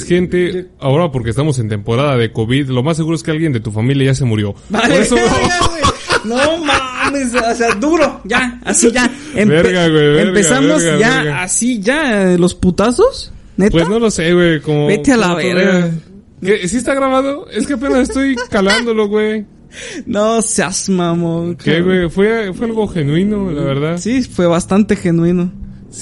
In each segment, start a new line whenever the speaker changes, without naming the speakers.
Gente, ahora porque estamos en temporada de COVID, lo más seguro es que alguien de tu familia ya se murió. Por
Vale,
eso,
verga, güey. No mames, o sea, duro, ya, así ya.
Verga, güey, verga,
empezamos
verga,
ya,
verga.
así ya, eh, los putazos, neta.
pues no lo sé, güey, como...
Vete a la
como tú
verga.
veas. ¿Qué? ¿Sí está grabado? Es que apenas estoy calándolo, güey.
No seas mamón.
Que,
cabrón.
güey, fue, fue algo genuino, la verdad. Sí,
Sí, fue bastante genuino.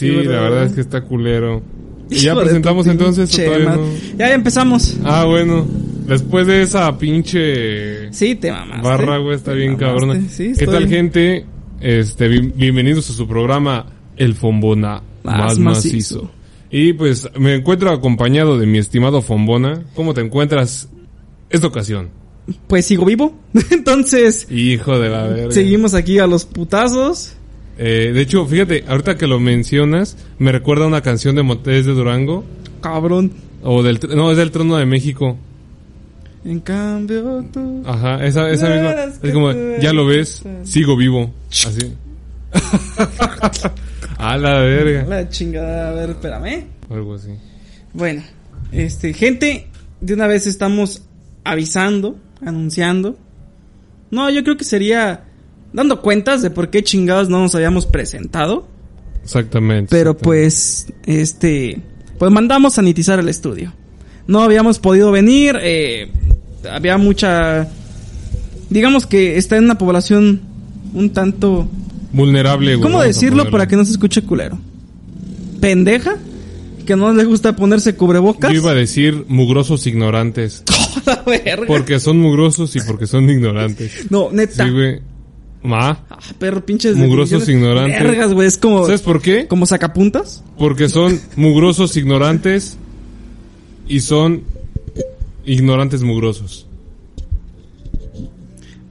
la verdad es que está culero. ¿Y ya presentamos entonces o
Che,
todavía
madre.
no?
Ya, ya empezamos.
Ah, bueno. Después de esa pinche...
Sí, te mamaste.
Barra, güey, está
Te
bien
mamaste.
cabrona.
Sí,
¿Qué
estoy-
tal, gente? Este, bien- bienvenidos a su programa El Fombona Más
Más Macizo.
Macizo. Y pues me encuentro acompañado de mi estimado Fombona. ¿Cómo te encuentras esta ocasión?
Pues sigo vivo. Entonces,
Hijo de la verga.
seguimos aquí a los putazos.
Eh, de hecho, fíjate, ahorita que lo mencionas, me recuerda a una canción de Montes de Durango.
Cabrón.
O del... tr- No, es del Trono de México.
En cambio, tú.
Ajá, esa, esa
No
misma.
eres
Es como,
que tú
ya lo
eres
ves, sigo vivo. Así. a la verga.
La chingada, a ver, espérame.
Algo así.
Bueno, este, gente, de una vez estamos avisando, anunciando. No, yo creo que sería dando cuentas de por qué chingados no nos habíamos presentado.
Exactamente.
Pero
exactamente.
pues, este, pues mandamos sanitizar el estudio. No habíamos podido venir, eh, había mucha, digamos que está en una población un tanto,
Vulnerable, güey.
pues, ¿cómo
vamos a
decirlo
ponerlo.
para que no se escuche culero? Pendeja, que no le gusta ponerse cubrebocas.
Yo iba a decir mugrosos ignorantes.
La verga.
Porque son mugrosos y porque son ignorantes.
No, neta.
Sí, güey. Ma.
Ah, perro, pinches.
Mugrosos
definiciones.
ignorantes.
Vergas, güey. Es como.
¿Sabes por qué?
Como sacapuntas.
Porque son mugrosos ignorantes y son ignorantes mugrosos.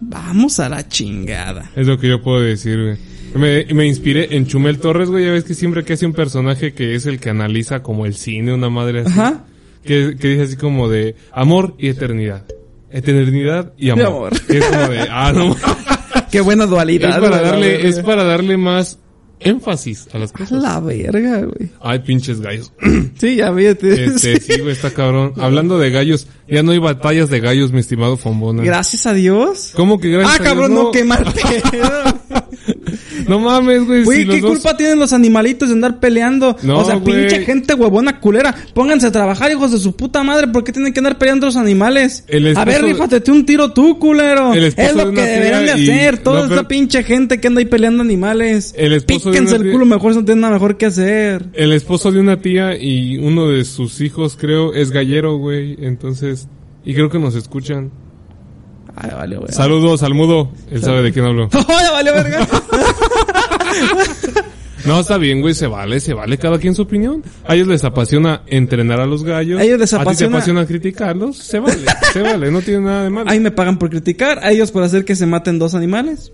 Vamos a la chingada.
Es lo que yo puedo decir, güey. Me, me inspiré en Chumel Torres, güey. Ya ves que siempre que hace un personaje que es el que analiza como el cine, una madre así.
Ajá.
Que, que dice así como de amor y eternidad. Eternidad y amor.
Y amor.
Que es como de, ah, no.
Qué buena
es,
dualidad.
para
güey, la
darle,
verga.
es para darle más énfasis a las
A
cosas.
La verga, güey.
Ay, pinches gallos.
Sí, ya fíjate.
Este,
Sí.
sí, güey, está cabrón. Hablando de gallos, ya no hay batallas de gallos, mi estimado Fombona.
Gracias a Dios.
¿Cómo que gracias?
Ah,
a Dios?
cabrón, no, qué mal pedo.
No mames, güey.
Güey,
si
¿qué
los dos-
culpa tienen los animalitos de andar peleando?
No,
o sea,
güey.
pinche gente huevona culera. Pónganse a trabajar, hijos de su puta madre. ¿Por qué tienen que andar peleando los animales?
El esposo
a ver,
de-
rífate un tiro tú, culero.
El
Es
esposo de
lo
una
que deberían de
tía y-
hacer. Toda
no,
esta
pero-
pinche gente que anda ahí peleando animales.
El esposo de
Píquense
una
el
tía-
culo mejor, no tienen nada mejor que hacer.
El esposo de una tía y uno de sus hijos, creo, es gallero, güey. Entonces, y creo que nos escuchan.
Ay, vale, güey.
Saludos al mudo. Él sabe de quién hablo.
Ay, vale, verga.
No, está bien, güey, se vale, se vale cada quien su opinión. A ellos les apasiona entrenar a los gallos.
A ellos les
A ti te
apasiona-
apasiona criticarlos. Se vale, se vale, no tiene nada de malo.
Ahí me pagan por criticar, a ellos por hacer que se maten dos animales.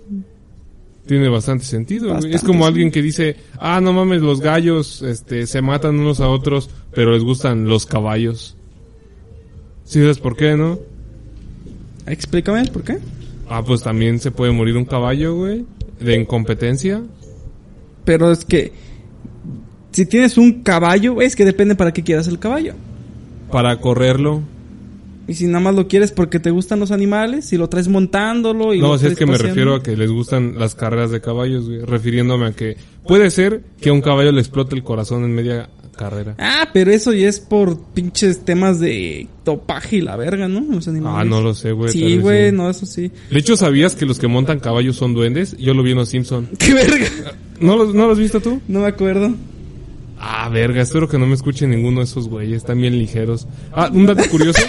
Tiene bastante sentido, güey.
Bastante,
Es como
sí.
alguien que dice, ah, no mames, los gallos, este, se matan unos a otros, pero les gustan los caballos. ¿Sí sabes por qué, no?
Explícame por qué.
Ah, pues también se puede morir un caballo, güey. De incompetencia.
Pero es que si tienes un caballo, güey, es que depende para qué quieras el caballo.
Para correrlo.
Y si nada más lo quieres porque te gustan los animales, si lo traes montándolo y
No,
lo
si es
traes
que me
paseando.
refiero a que les gustan las carreras de caballos, güey. Refiriéndome a que puede ser que a un caballo le explote el corazón en media carrera.
Ah, pero eso ya es por pinches temas de topaje y la verga, ¿no? Los animales.
Ah, no lo sé, güey. tal
Sí,
vez
güey,
sí.
no, eso sí.
De hecho, ¿sabías que los que montan caballos son duendes? Yo lo vi en Los Simpson.
¡Qué verga!
¿No los, ¿No los viste tú?
No me acuerdo.
Ah, verga, espero que no me escuche ninguno de esos güeyes, están bien ligeros. Ah, un dato curioso.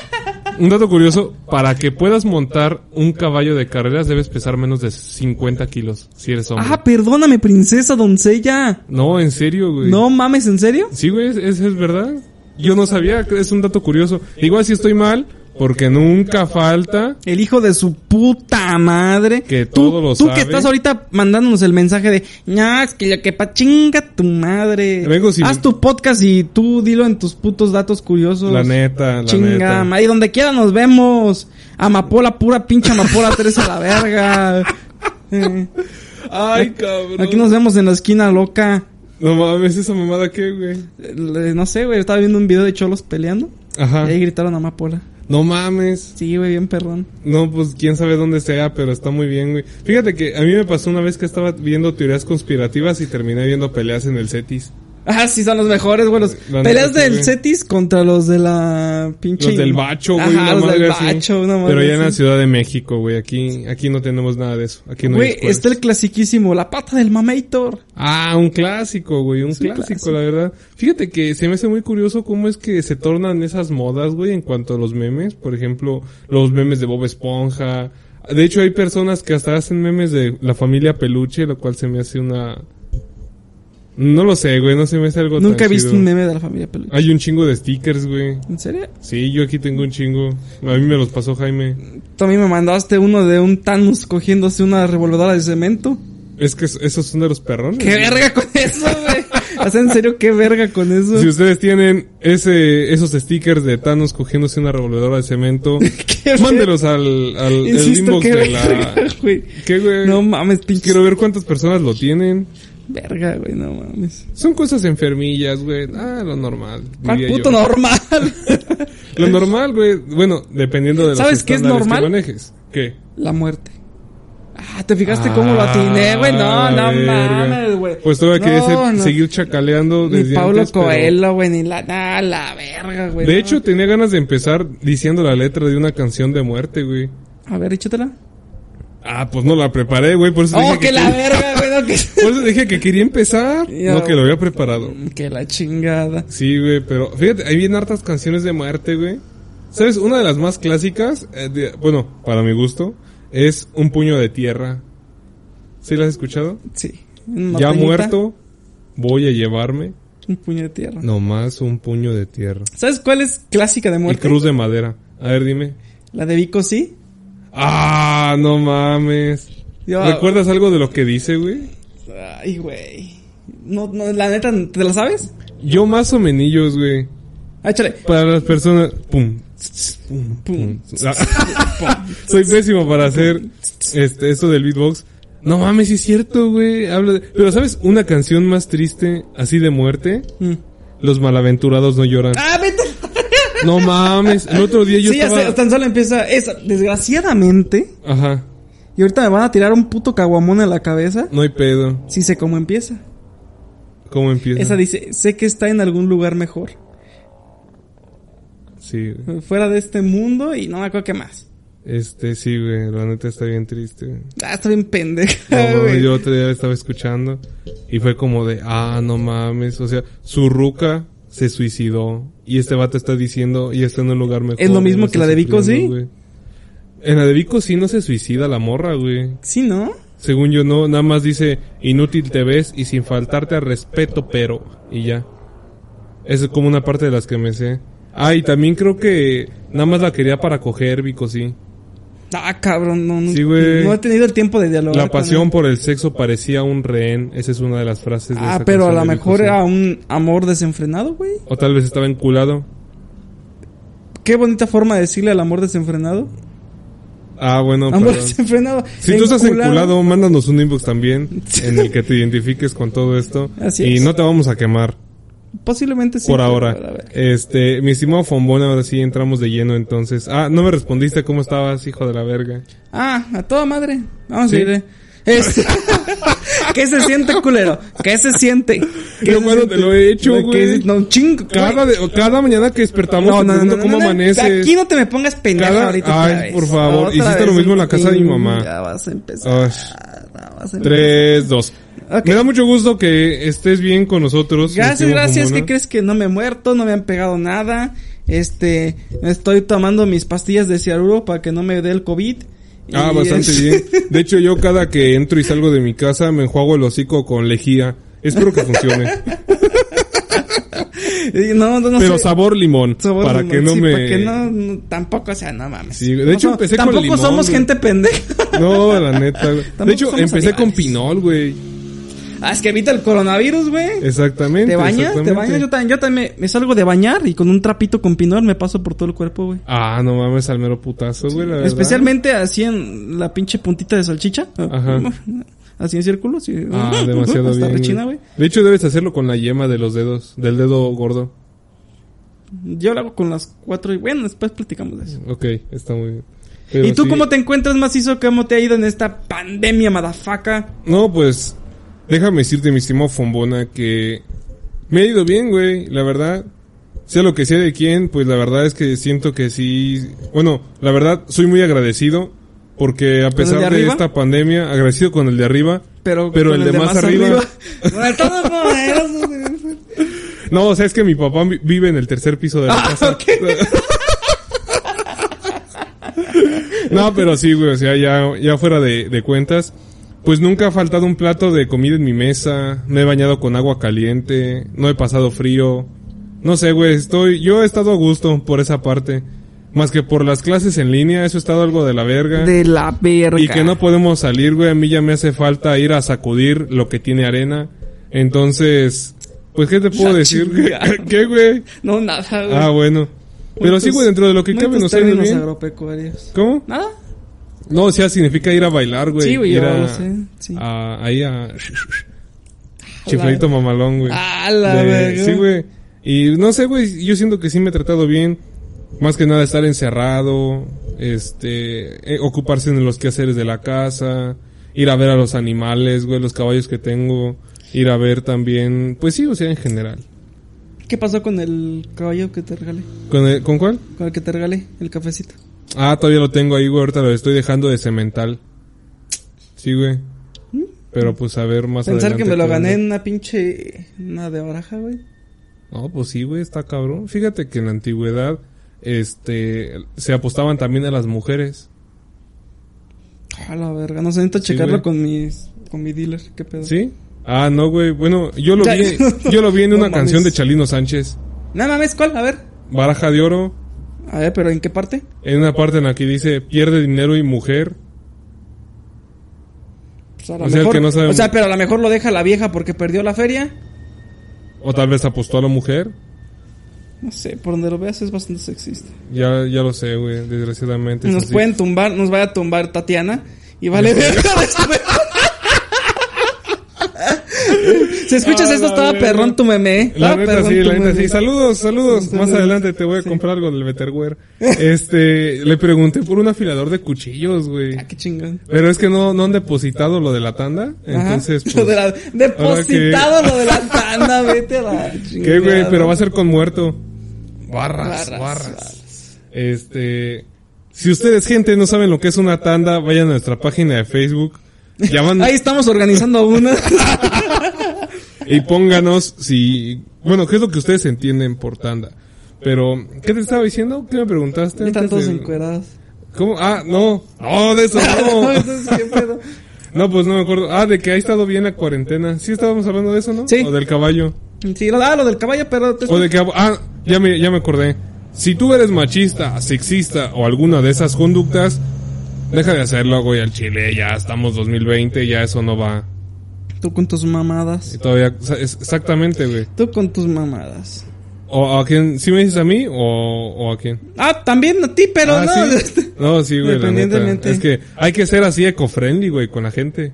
Un dato curioso, para que puedas montar un caballo de carreras debes pesar menos de 50 kilos, si eres hombre.
Ah, perdóname, princesa, doncella.
No, en serio, güey.
No mames, ¿en serio?
Sí, güey, eso es verdad. Yo no sabía, es un dato curioso. Igual si estoy mal, porque nunca falta.
El hijo de su puta madre.
Que
Tú-
todo lo
Tú
sabe.
que estás ahorita mandándonos el mensaje de, "Ña, es que la que pa chinga tu madre.
Vengo sin-
Haz tu podcast y tú dilo en tus putos datos curiosos.
La neta, la
Chinga,
neta.
madre. Y donde quiera nos vemos. Amapola, pura pinche amapola, tres a la verga. Eh,
Ay, cabrón.
Aquí nos vemos en la esquina loca.
No mames, esa mamada qué, güey.
Eh, le- No sé, güey, estaba viendo un video de cholos peleando.
Ajá.
Y ahí gritaron amapola.
No mames.
Sí, güey, bien perdón.
No, pues quién sabe dónde sea, pero está muy bien, güey. Fíjate que a mí me pasó una vez que estaba viendo teorías conspirativas y terminé viendo peleas en el Cetis.
Ah, sí, son los mejores, güey. Los
La neta,
peleas
sí,
del
güey.
Cetis contra los de la pinche.
Los del bacho, güey.
Ajá,
una
los
madre
del
así.
bacho, una madre
Pero ya en la
así.
Ciudad de México, güey. Aquí, aquí no tenemos nada de eso. Aquí no hay
Güey,
escuelas.
está el clasiquísimo, la pata del mamator.
Ah, un clásico, güey, un
un
clásico,
clásico.
la verdad. Fíjate que se me hace muy curioso cómo es que se tornan esas modas, güey, en cuanto a los memes. Por ejemplo, los memes de Bob Esponja. De hecho, hay personas que hasta hacen memes de la familia Peluche, lo cual se me hace una... No lo sé, güey, no se me hace algo
Nunca he
tan
visto
chido. Ah.
un meme de la familia Peluche.
Hay un chingo de stickers, güey.
¿En serio?
Sí, yo aquí tengo un chingo. A mí me los pasó Jaime.
Tú a mí me mandaste uno de un Thanos cogiéndose una revolvedora de cemento.
Es que es- esos son de los perrones.
¿Qué verga con eso, güey? O sea, en serio, ¿qué verga con eso?
Si ustedes tienen ese, esos stickers de Thanos cogiéndose una revolvedora de cemento,
¿Qué
mándelos al, al el
Insisto,
inbox
¿qué
de
verga,
la...
güey?
¿Qué, güey?
No mames, pinche.
Quiero ver cuántas personas lo tienen.
Verga, güey, no mames.
Son cosas enfermillas, güey. Ah, lo normal.
¿Cuál
diría
puto
yo.
normal?
Lo normal, güey. Bueno, dependiendo de los
¿Sabes qué es
estándares
normal?
que manejes. ¿Qué?
La muerte. Ah, ¿te fijaste cómo lo atiné, güey? No,
Ah,
no
verga.
mames, güey.
Pues tuve que
No,
hacer-
no.
seguir chacaleando
Ni
desde
Pablo
antes, pero-
Coelho, güey, ni la... Ah, la verga, güey.
De
no.
hecho, tenía ganas de empezar diciendo la letra de una canción de muerte, güey.
A ver, échatela.
Ah, pues no la preparé, güey. Por eso
¡Oh,
dije
que la verga, güey! No, que...
Por eso dije que quería empezar.
Ya.
No, que lo había preparado.
que la chingada.
Sí, güey, pero fíjate, hay bien hartas canciones de muerte, güey. ¿Sabes? Una de las más clásicas, eh, de- bueno, para mi gusto, es Un puño de tierra. ¿Sí la has escuchado?
Sí. Una
ya
montañita,
muerto, voy a llevarme
Un puño de tierra.
nomás un puño de tierra.
¿Sabes cuál es clásica de
Y
muerte?
cruz de madera. A ver, dime.
La de Vico, sí.
Ah, no mames.
Yo-
¿Recuerdas algo de lo que dice, güey?
Ay, güey. No, no, la neta, ¿te la sabes?
Yo más o menillos, güey.
Ah, Échale.
Para las personas. Pum. tss, Pum. Pum. Ah, Soy pésimo para hacer este, esto del beatbox. No mames, sí es cierto, güey. Habla de- Pero ¿sabes una canción más triste, así de muerte?
Mm.
Los malaventurados no lloran.
¡Ah, vete!
No mames. El otro día yo
sí, ya sé,
estaba...
tan solo empieza esa. Desgraciadamente,
Ajá.
y ahorita me van a tirar un puto caguamón en la cabeza.
No hay pedo.
Sí sé cómo empieza.
¿Cómo empieza?
Esa dice, sé que está en algún lugar mejor.
Sí, güey.
Fuera de este mundo y no me acuerdo qué más.
Este, sí, güey. La neta está bien triste, güey.
Ah, está bien pendeja,
No, mames,
güey.
yo otro día la estaba escuchando y fue como de, ah, no mames, o sea, su ruca se suicidó y este vato está diciendo, y está en un lugar mejor.
Es lo mismo
no
que
está
la de Vico,
sufriendo,
¿sí?
güey". En la de Vico sí no se suicida la morra, güey.
Sí, ¿no?
Según yo no, nada más dice, inútil te ves y sin faltarte al respeto, pero, y ya. Esa es como una parte de las que me sé. Ah, y también creo que nada más la quería para coger, Vico, sí.
Ah, cabrón, no, no,
Sí, güey.
no he tenido el tiempo de dialogar.
La
con
pasión
él.
por el sexo parecía un rehén. Esa es una de las frases de
Ah,
esa
pero a
canción
lo
de
mejor
Vico, sí.
era un amor desenfrenado, güey.
O tal vez estaba enculado.
Qué bonita forma de decirle al amor desenfrenado.
Ah, bueno,
amor
perdón.
desenfrenado.
Si tú estás
Enculado.
enculado, mándanos un inbox también en el que te identifiques con todo esto.
Así
y
es.
no te vamos a quemar
Posiblemente sí.
por
pero,
ahora.
a ver.
Este, mi estimado Fombón, ahora sí entramos de lleno entonces. Ah, no me respondiste cómo estabas, hijo de la verga.
Ah, a toda madre. Vamos
Sí.
a ir. Este- ¿Qué se siente, culero? ¿Qué se siente? ¿Qué
Yo
se
cuando
siente?
te lo he hecho,
¿Qué
güey.
se- No, chingo.
Cada,
güey.
de- cada mañana que despertamos,
No,
te
no, no,
pregunto
no,
cómo
no, no.
amaneces.
Aquí no te me pongas pendejo
Cada-
ahorita.
ay,
otra vez.
por favor,
Otra
hiciste lo
vez
mismo en
un
la casa de mi
pin-
mamá.
Ya vas a empezar.
Ay.
ya vas a empezar.
Tres, dos.
Ok.
Me da mucho gusto que estés bien con nosotros.
Gracias,
mi estimado
gracias.
Fombona.
¿Qué crees que no me he muerto? No me han pegado nada. Este, estoy tomando mis pastillas de ciaruro para que no me dé el COVID.
Ah,
Y,
bastante
este,
bien. De hecho, yo cada que entro y salgo de mi casa me enjuago el hocico con lejía. Espero que funcione.
Y No, no, no
pero
sé.
sabor limón.
Sabor
para
limón,
que no
sí,
me.
Para que no, no- tampoco, o sea, no mames.
Sí, de
No
hecho,
so-
empecé con
Tampoco
limón,
somos
güey.
gente pendeja.
No, la neta. güey.
Tampoco
De hecho,
somos
empecé con
animales.
pinol, güey.
Ah, es que evita el coronavirus, güey.
Exactamente.
¿Te bañas? ¿Te
exactamente.
bañas? Yo también, yo también me salgo de bañar y con un trapito con pinol me paso por todo el cuerpo, güey.
Ah, no mames, al mero putazo, güey. la verdad.
Especialmente así en la pinche puntita de salchicha.
Ajá.
Así en círculos. y-
Ah, demasiado
Hasta
bien.
rechina, güey.
De hecho, debes hacerlo con la yema de los dedos, del dedo gordo.
Yo lo hago con las cuatro y bueno, después platicamos de eso.
Ok, está muy bien. Pero
¿Y tú
sí-
cómo te encuentras, macizo? ¿Cómo te ha ido en esta pandemia, madafaca?
No, pues, déjame decirte, mi estimado Fombona, que me ha ido bien, güey, la verdad. Sea lo que sea de quién, pues la verdad es que siento que sí. Bueno, la verdad, soy muy agradecido. Porque a pesar de,
arriba?
esta pandemia, agradecido con el de arriba.
Pero,
Pero
con
el de más arriba.
Bueno, todos poderosos, güey.
No, o sea, es que mi papá vi- vive en el tercer piso de la casa. no, pero sí, güey, o sea, ya, ya fuera de, de cuentas, pues nunca ha faltado un plato de comida en mi mesa, me he bañado con agua caliente, no he pasado frío. No sé, güey, estoy, yo he estado a gusto por esa parte. Más que por las clases en línea, eso ha estado algo de la verga.
De la verga.
Y que no podemos salir, güey. A mí ya me hace falta ir a sacudir lo que tiene arena. Entonces, pues, ¿qué te puedo
La
decir?
chingada.
¿Qué, güey?
No, nada, güey.
Ah, bueno. Pero sí, güey, dentro de lo que
no
cabe
hay tus
nos ha ido
términos
bien.
agropecuarios.
¿Cómo?
¿Nada?
No, o sea, significa ir a bailar, güey. Ah.
Sí, güey,
Ir
yo
a-
lo sé, sí.
a- ahí a... Chifladito mamalón, güey.
Ah, la
De-
verga.
Sí, güey. Y no sé, güey, yo siento que sí me he tratado bien. Más que nada estar encerrado, este, eh, ocuparse en los quehaceres de la casa, ir a ver a los animales, güey, los caballos que tengo, ir a ver también, pues sí, o sea, en general.
¿Qué pasó con el caballo que te regalé?
¿Con, el- ¿con cuál?
Con el que te regalé, el cafecito.
Ah, todavía lo tengo ahí, güey, ahorita lo estoy dejando de cemental. Sí, güey. Pero pues a ver más
¿Mm? Pensar
adelante
que me lo
qué
gané
onda.
en una pinche. Una de baraja, güey.
No, pues sí, güey, está cabrón. Fíjate que en la antigüedad, este, se apostaban también a las mujeres.
A la verga. No sé, necesito
Sí,
checarlo
güey.
con mis. Con mi dealer. ¿Qué pedo?
¿Sí? Ah, no, güey. Bueno, yo lo
Ya.
vi, yo lo vi en
No
una
mames.
canción de Chalino Sánchez.
No mames, ¿cuál? A ver.
Baraja de oro.
A ver, pero ¿en qué parte?
En una parte en la que dice, pierde dinero y mujer.
Pues a lo
O sea, el
mejor-
que no sabe-
o sea, pero a lo mejor lo deja la vieja porque perdió la feria.
O tal vez apostó a la mujer.
No sé, por donde lo veas es bastante sexista.
Ya, ya lo sé, güey. Desgraciadamente. es
Nos
así.
pueden tumbar, nos vaya a tumbar Tatiana y vale verga después. Si escuchas
Ah,
esto,
la
estaba
verga.
perrón tu meme. eh.
La
Estaba
neta
perrón
sí,
tu
la neta
meme.
sí. Saludos, saludos.
Saludos.
Más adelante te voy a comprar algo del Betterware. Este, le pregunté por un afilador de cuchillos, güey.
Ah, qué chingón.
Pero es que no, no han depositado lo de la tanda.
Ajá.
Entonces,
Lo
pues,
de la- depositado lo de la tanda, vete a la chingada.
¿Qué, güey? Pero va a ser con muerto. Barras,
Barras,
barras, Este. Si ustedes, gente, no saben lo que es una tanda, vayan a nuestra página de Facebook. Llaman
Ahí estamos organizando una.
y pónganos si. Bueno, ¿qué es lo que ustedes entienden por tanda? Pero, ¿qué te estaba diciendo? ¿Qué me preguntaste?
Están
antes
todos
de-
encuerados.
¿Cómo? Ah, no. No, de eso no.
Entonces, ¿qué pedo?
No, pues no me acuerdo. Ah, de que ha estado bien la cuarentena. Sí estábamos hablando de eso, ¿no?
Sí.
O del caballo.
Sí, lo, ah, lo del caballo, pero te-
O de que, ah, ya me, ya me acordé. Si tú eres machista, sexista o alguna de esas conductas, deja de hacerlo, güey, al chile. Ya estamos 2020, ya eso no va.
tú con tus mamadas.
Y todavía, sa- es- exactamente, güey.
Tú con tus mamadas.
O a quién, si me dices a mí o, o a quién.
Ah, también a ti, pero
Ah,
no. este,
¿sí? No, sí, güey, la neta.
Independientemente.
Es que hay que ser así eco-friendly, güey, con la gente.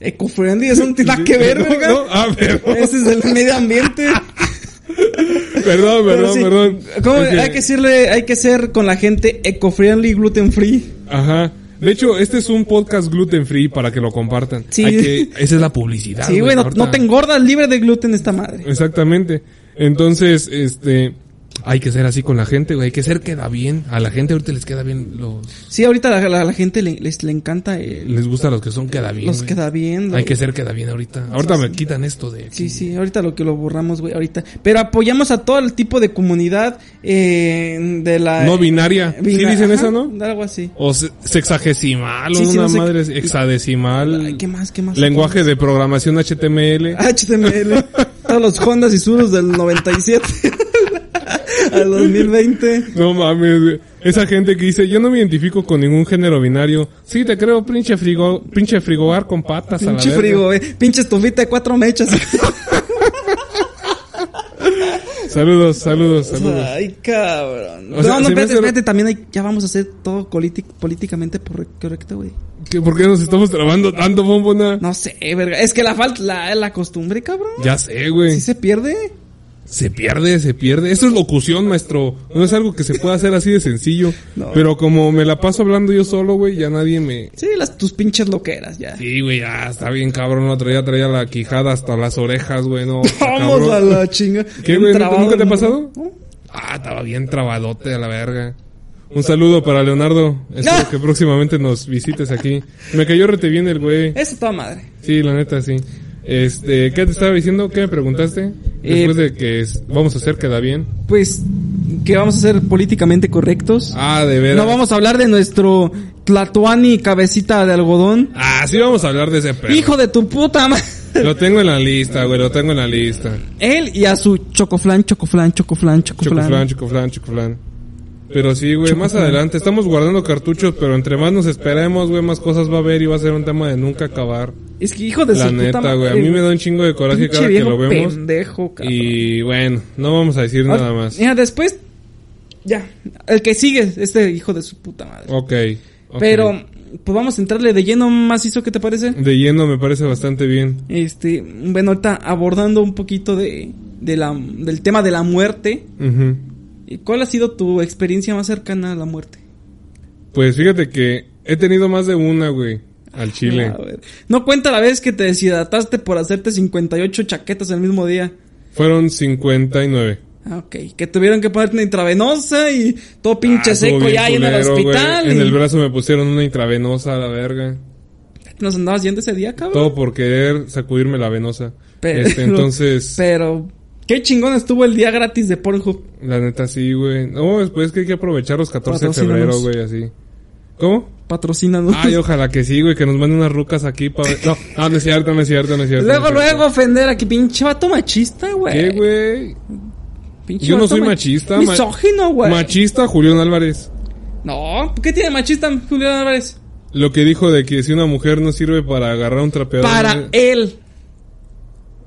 Eco-friendly, eso no tiene nada que ver,
No,
verga.
no, ah, perdón,
Ese es el medio ambiente.
perdón,
Pero
perdón,
sí,
perdón.
¿cómo?
Es
Hay que decirle, hay que ser con la gente eco-friendly, gluten-free.
Ajá. De hecho, este es un podcast gluten free para que lo compartan.
Sí.
Hay que- esa es la publicidad.
Sí, güey, no,
ahorita.
no te engordas libre de gluten esta madre.
Exactamente. Entonces, este, hay que ser así con la gente, güey. Hay que ser queda bien. A la gente ahorita les queda bien los,
Sí, ahorita a la, la- la gente le, les- le encanta el-
les gusta los que son queda bien.
los
güey.
queda bien. lo-
Hay que ser queda bien ahorita. Ahorita me quitan esto de aquí.
Sí, sí, ahorita lo que lo borramos, güey, ahorita. Pero apoyamos a todo el tipo de comunidad eh, de la...
No binaria.
Bina-
¿Sí dicen
eh, ajá,
eso, no?
Algo así.
O se- sexagesimal, o
Sí, sí,
una
no sé-
madre hexadecimal.
Ay, ¿Qué más? ¿Qué más? Ah,
Lenguaje de programación HTML.
HTML. Todos los Hondas y Surus del 97. Al 2020.
No mames, güey. Esa gente que dice, yo no me identifico con ningún género binario. Sí, te creo, pinche frigo, pinche frigobar con patas a la
Pinche
verga.
frigo, eh. Pinche estufita de cuatro mechas.
Saludos, saludos, saludos.
Ay, cabrón.
O sea,
no, no,
se me
espérate,
hace-
espérate. También hay, ya vamos a hacer todo politi- políticamente por- correcto, güey.
¿Qué- ¿Por qué nos estamos trabando tanto, bombona?
No sé, verga. Es que la falta, la, la costumbre, cabrón.
Ya sé, güey.
Si se pierde.
Se pierde, se pierde. Eso es locución, maestro. No es algo que se pueda hacer así de sencillo.
No.
Pero como me la paso hablando yo solo, güey, ya nadie me...
Sí, las, tus pinches loqueras, ya.
Sí, güey, ya está bien cabrón. La traía, traía la quijada hasta las orejas, güey. No, está
Vamos
cabrón.
a la chinga.
¿Qué,
Un
güey?
trabado
¿Nunca te ha
en-
pasado?
No.
Ah, estaba bien trabadote a la verga. Un saludo para Leonardo. Espero que próximamente nos visites aquí. Me cayó rete bien el güey.
Eso toda madre.
Sí, la neta, sí. Este, ¿qué te estaba diciendo? ¿Qué me preguntaste?
Eh,
Después de que es- vamos a hacer queda bien.
Pues, que vamos a ser políticamente correctos.
Ah, de veras.
no vamos a hablar de nuestro Tlatuani cabecita de algodón.
Ah, sí vamos a hablar de ese perro.
Hijo de tu puta madre.
Lo tengo en la lista, güey, lo tengo en la lista.
Él y a su chocoflan, chocoflan, chocoflan, chocoflan.
Chocoflan, chocoflan, chocoflan. Pero sí, güey, más adelante. Estamos guardando cartuchos, pero entre más nos esperemos, güey, más cosas va a haber y va a ser un tema de nunca acabar.
Es que hijo de
La
su Pues puta
neta,
madre.
güey. A mí me da un chingo de coraje
Pinche
cada que
viejo
lo vemos.
pendejo, cabrón.
Y bueno, no vamos a decir
Ahora-
Pues nada más.
Mira, después. Ya. El que sigue, este hijo de su puta madre.
Ok. Oh, ok.
Pero, pues vamos a entrarle de lleno macizo, ¿qué te parece?
De lleno me parece bastante bien.
Este, bueno, ahorita abordando un poquito de, de la, del tema de la muerte.
Ujú.
¿Y ¿Cuál ha sido tu experiencia más cercana a la muerte?
Pues fíjate que he tenido más de una, güey. Al chile.
A ver, No cuenta la vez que te deshidrataste por hacerte 58 chaquetas el mismo día.
Fueron 59.
Ah, Ok, que tuvieron que ponerte una intravenosa y todo pinche
Ah, estuvo
seco
bien
ya ahí en el
culero, güey.
hospital.
En
y-
el brazo me pusieron una intravenosa a la verga.
Nos andabas yendo ese día, cabrón.
Todo por querer sacudirme la venosa.
Pero-
Este, entonces,
Pero, qué chingón estuvo el día gratis de Pornhub.
la neta sí, güey. No, después que hay que aprovechar los 14 de febrero,
Patrocínanos.
güey, así. ¿Cómo?
Patrocínanos.
Ay, ojalá que sí, güey, que nos manden unas rucas aquí para... No, no, no es cierto, no es cierto, no es cierto.
luego,
no es cierto.
luego ofender a que pinche vato machista, güey.
¿Qué, güey?
Pinche
Yo no
vato
soy
ma-
machista. ma-
Misógino, güey.
Machista Julián Álvarez.
no, ¿qué tiene machista Julián Álvarez?
Lo que dijo de que si una mujer no sirve para agarrar un trapeador...
Para
¿no?
él.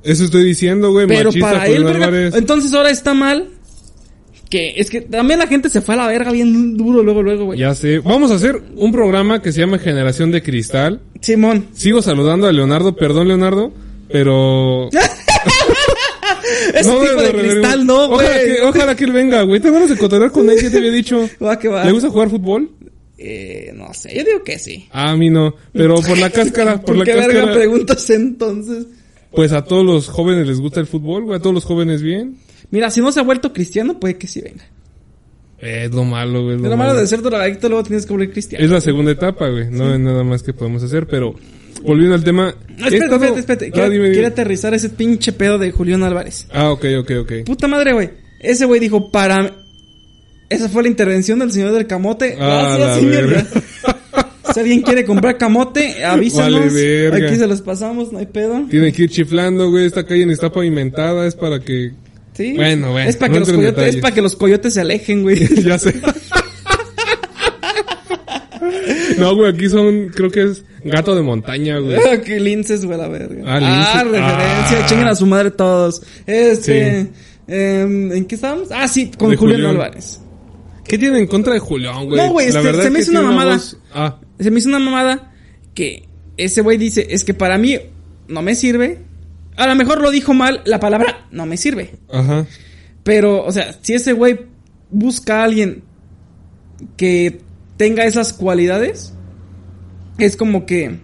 Eso estoy diciendo, güey,
Pero
machista
para él,
Julián
verga.
Álvarez.
Entonces ahora está mal. Que es que también la gente se fue a la verga bien duro luego, luego, güey.
Ya sé. Vamos a hacer un programa que se llama Generación de Cristal.
Simón.
Sigo saludando a Leonardo, perdón Leonardo, pero...
Ese
No,
tipo
no,
de
no,
cristal no, güey.
Ojalá que, ojalá que él venga, güey. Te van a cotorrear con él, ya te había dicho.
Va que va.
¿Le gusta jugar fútbol?
Eh, no sé, yo digo que sí.
Ah, a mí no. Pero por la cáscara, por
¿Por
la
qué verga
cáscara.
preguntas entonces?
Pues a todos los jóvenes les gusta el fútbol, güey. A todos los jóvenes bien.
Mira, si no se ha vuelto cristiano, puede que sí venga.
Es lo malo, güey. es
De
Lo
lo
malo.
malo de ser drogadicto, luego tienes que volver cristiano.
Es la segunda etapa, güey. No hay nada más que podemos hacer, pero volviendo al tema.
No,
he
espérate,
estado-
espérate, espérate.
Ah,
Quiero,
dime, dime.
quiero aterrizar ese pinche pedo de Julián Álvarez.
Ah, ok, ok, ok.
Puta madre, güey. Ese güey dijo, para... Esa fue la intervención del señor del camote.
Ah, la
Gracias, señor.
verga.
si alguien quiere comprar camote, avísanos.
Vale, verga.
Aquí se los pasamos, no hay pedo.
Tiene que ir chiflando, güey. Esta calle ni está pavimentada. Es para que.
Sí.
Bueno, bueno,
Es para
no
que, los
entro en
coyotes- es
detalles.
pa' que los coyotes se alejen, güey.
ya sé. no, güey, aquí son. Creo que es gato de montaña, güey.
Ah, Qué linces, güey, la verga.
Ah,
Ah,
linces.
referencia.
Ah.
Chinguen a su madre todos. Este.
Sí.
em, ¿En qué estábamos? Ah, sí, con
De
Julián
Julián.
Álvarez.
¿Qué tiene en contra de Julián, güey?
No, güey,
La
este,
verdad
se
es
me
que
hizo una
tiene
mamada.
voz- Ah,
Se me hizo una mamada que ese güey dice: Es que para mí no me sirve. A lo mejor lo dijo mal la palabra no me sirve.
ajá.
Pero, o sea, si ese güey busca a alguien que tenga esas cualidades, es como que.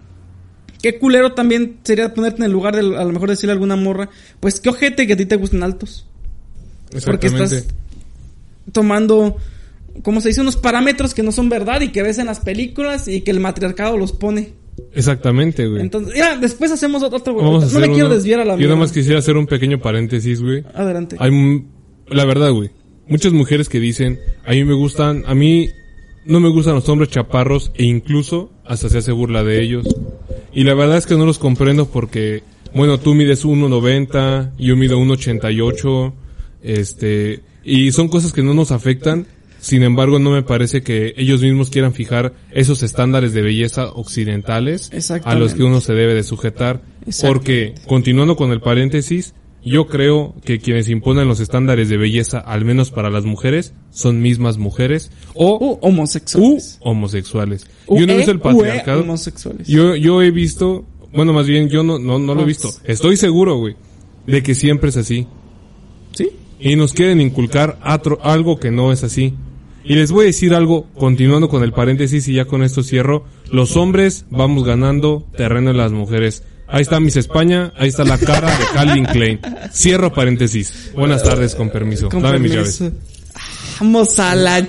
Qué culero también sería ponerte en el lugar de a lo mejor decirle a alguna morra, pues qué ojete que a ti te gusten altos. Porque
Exactamente.
estás tomando, como se dice, unos parámetros que no son verdad y que ves en las películas y que el matriarcado los pone.
Exactamente, güey.
Entonces, ya, después hacemos otro, otro güey.
Vamos a
No
hacer
me quiero
uno-
desviar a la
Yo nada
mierda.
más quisiera hacer un pequeño paréntesis, güey.
Adelante.
Hay, m- la verdad, güey. Muchas mujeres que dicen, a mí me gustan, a mí no me gustan los hombres chaparros e incluso hasta se hace burla de ellos. Y la verdad es que no los comprendo porque, bueno, tú mides 1.90, yo mido 1.88, este, Y son cosas que no nos afectan. Sin embargo, no me parece que ellos mismos quieran fijar esos estándares de belleza occidentales a los
Exactamente.
que uno se debe de sujetar. Porque,
Exactamente.
continuando con el paréntesis, yo creo que quienes imponen los estándares de belleza, al menos para las mujeres, son mismas mujeres o
U homosexuales.
u homosexuales. yo no he
UE,
visto el patriarcado.
E homosexuales.
Yo, yo he visto, bueno, más bien yo no, no, no lo he visto. Estoy seguro, güey, de que siempre es así.
¿Sí?
Y nos quieren inculcar atro- algo que no es así. Y les voy a decir algo, continuando con el paréntesis y ya con esto cierro. Los hombres vamos ganando terreno en las mujeres. Ahí está Miss España, ahí está la cara de Calvin Klein. Cierro paréntesis. Buenas tardes, con permiso.
Con
Dame mis
permiso.
llaves.
Vamos a la
Ah, no,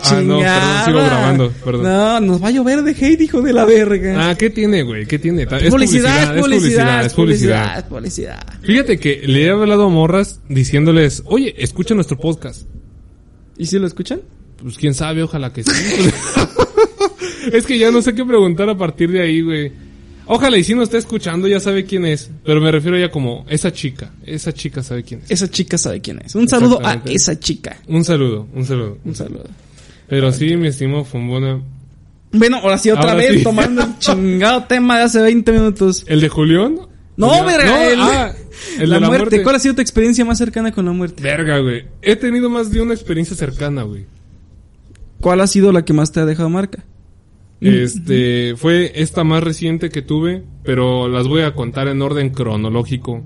perdón,
chingada.
sigo grabando, perdón.
No, nos va a llover de hate, hijo de la verga.
Ah, ¿qué tiene, güey? ¿Qué tiene? Ta-
Es
Es
publicidad, es publicidad,
es publicidad.
es publicidad.
Fíjate que le he hablado a morras diciéndoles, oye, escucha nuestro podcast.
¿Y si lo escuchan?
Pues quién sabe, ojalá que sí. es que ya no sé qué preguntar a partir de ahí, güey. Ojalá y si no está escuchando, ya sabe quién es. Pero me refiero ya como esa chica. Esa chica sabe quién es.
Esa chica sabe quién es. Un saludo a
Exactamente.
esa chica.
Un saludo, un saludo.
Un saludo.
Pero sí, mi estimado Fombona.
Bueno, ahora sí, otra
Ahora
vez
sí.
tomando el chingado tema de hace 20 minutos.
¿El de Julián?
No,
Julián-
verga, el-
ah, el
la,
de la
muerte.
muerte.
¿Cuál ha sido tu experiencia más cercana con la muerte?
Verga, güey. He tenido más de una experiencia cercana, güey.
¿Cuál ha sido la que más te ha dejado marca? Mm.
Este fue esta más reciente que tuve, pero las voy a contar en orden cronológico.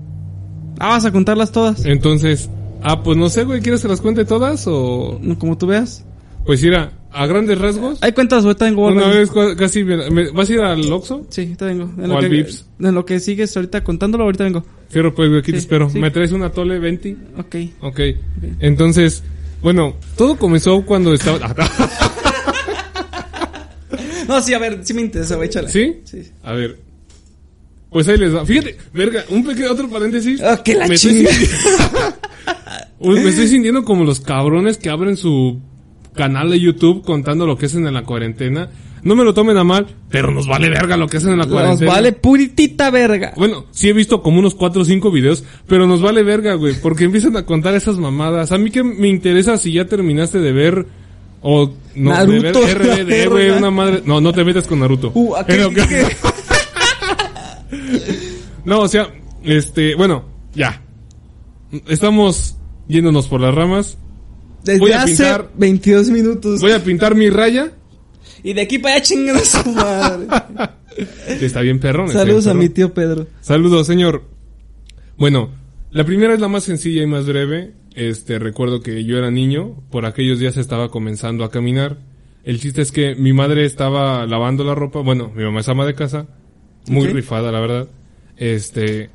Ah, vas a contarlas todas.
Eh. Entonces, ah, pues no sé, güey, ¿quieres que las cuente todas o
No, Como tú veas.
pues mira, a grandes rasgos?
Hay cuentas, ahorita tengo
Una
algo.
vez cua- casi me- me- vas a ir al Oxxo?
Sí, te vengo. En
O
lo,
al
que,
Vips.
en lo que sigues ahorita contándolo, ahorita vengo.
Cierro pues, güey, aquí te
Sí,
espero.
sí.
¿Me traes una tole 20?
Ok.
Ok. Entonces, bueno, todo comenzó cuando estaba
No, sí, a ver, sí me interesa, güey, échale.
¿Sí?
Sí.
A ver. Pues ahí les va. Fíjate, verga, un pequeño otro paréntesis.
Ah, que la
Me estoy
chinga.
sinti- Uy, me estoy sintiendo como los cabrones que abren su canal de YouTube contando lo que hacen en la cuarentena. No me lo tomen a mal, pero nos vale verga lo que hacen en la
Nos
cuarentena.
vale puritita verga.
Bueno, sí he visto como unos 4 o 5 videos, pero nos vale verga, güey, porque empiezan a contar esas mamadas. A mí que me interesa si ya terminaste de ver o no
Naruto.
de ver RBD, güey, una madre. No, no te metas con Naruto.
Uh, ¿a qué-
En lo que-
qué-
no, o sea, este, bueno, ya. Estamos yéndonos por las ramas.
Desde
Voy a
hace
pintar-
22 minutos.
Voy a pintar mi raya.
Y de aquí para allá chingan a su madre.
Está bien perrón. está bien
Saludos a
perrón.
mi tío Pedro.
Saludos, señor. Bueno, la primera es la más sencilla y más breve. Este, recuerdo que yo era niño, por aquellos días estaba comenzando a caminar. El chiste es que mi madre estaba lavando la ropa, bueno, mi mamá es ama de casa, muy
Ok.
rifada, la verdad. Este,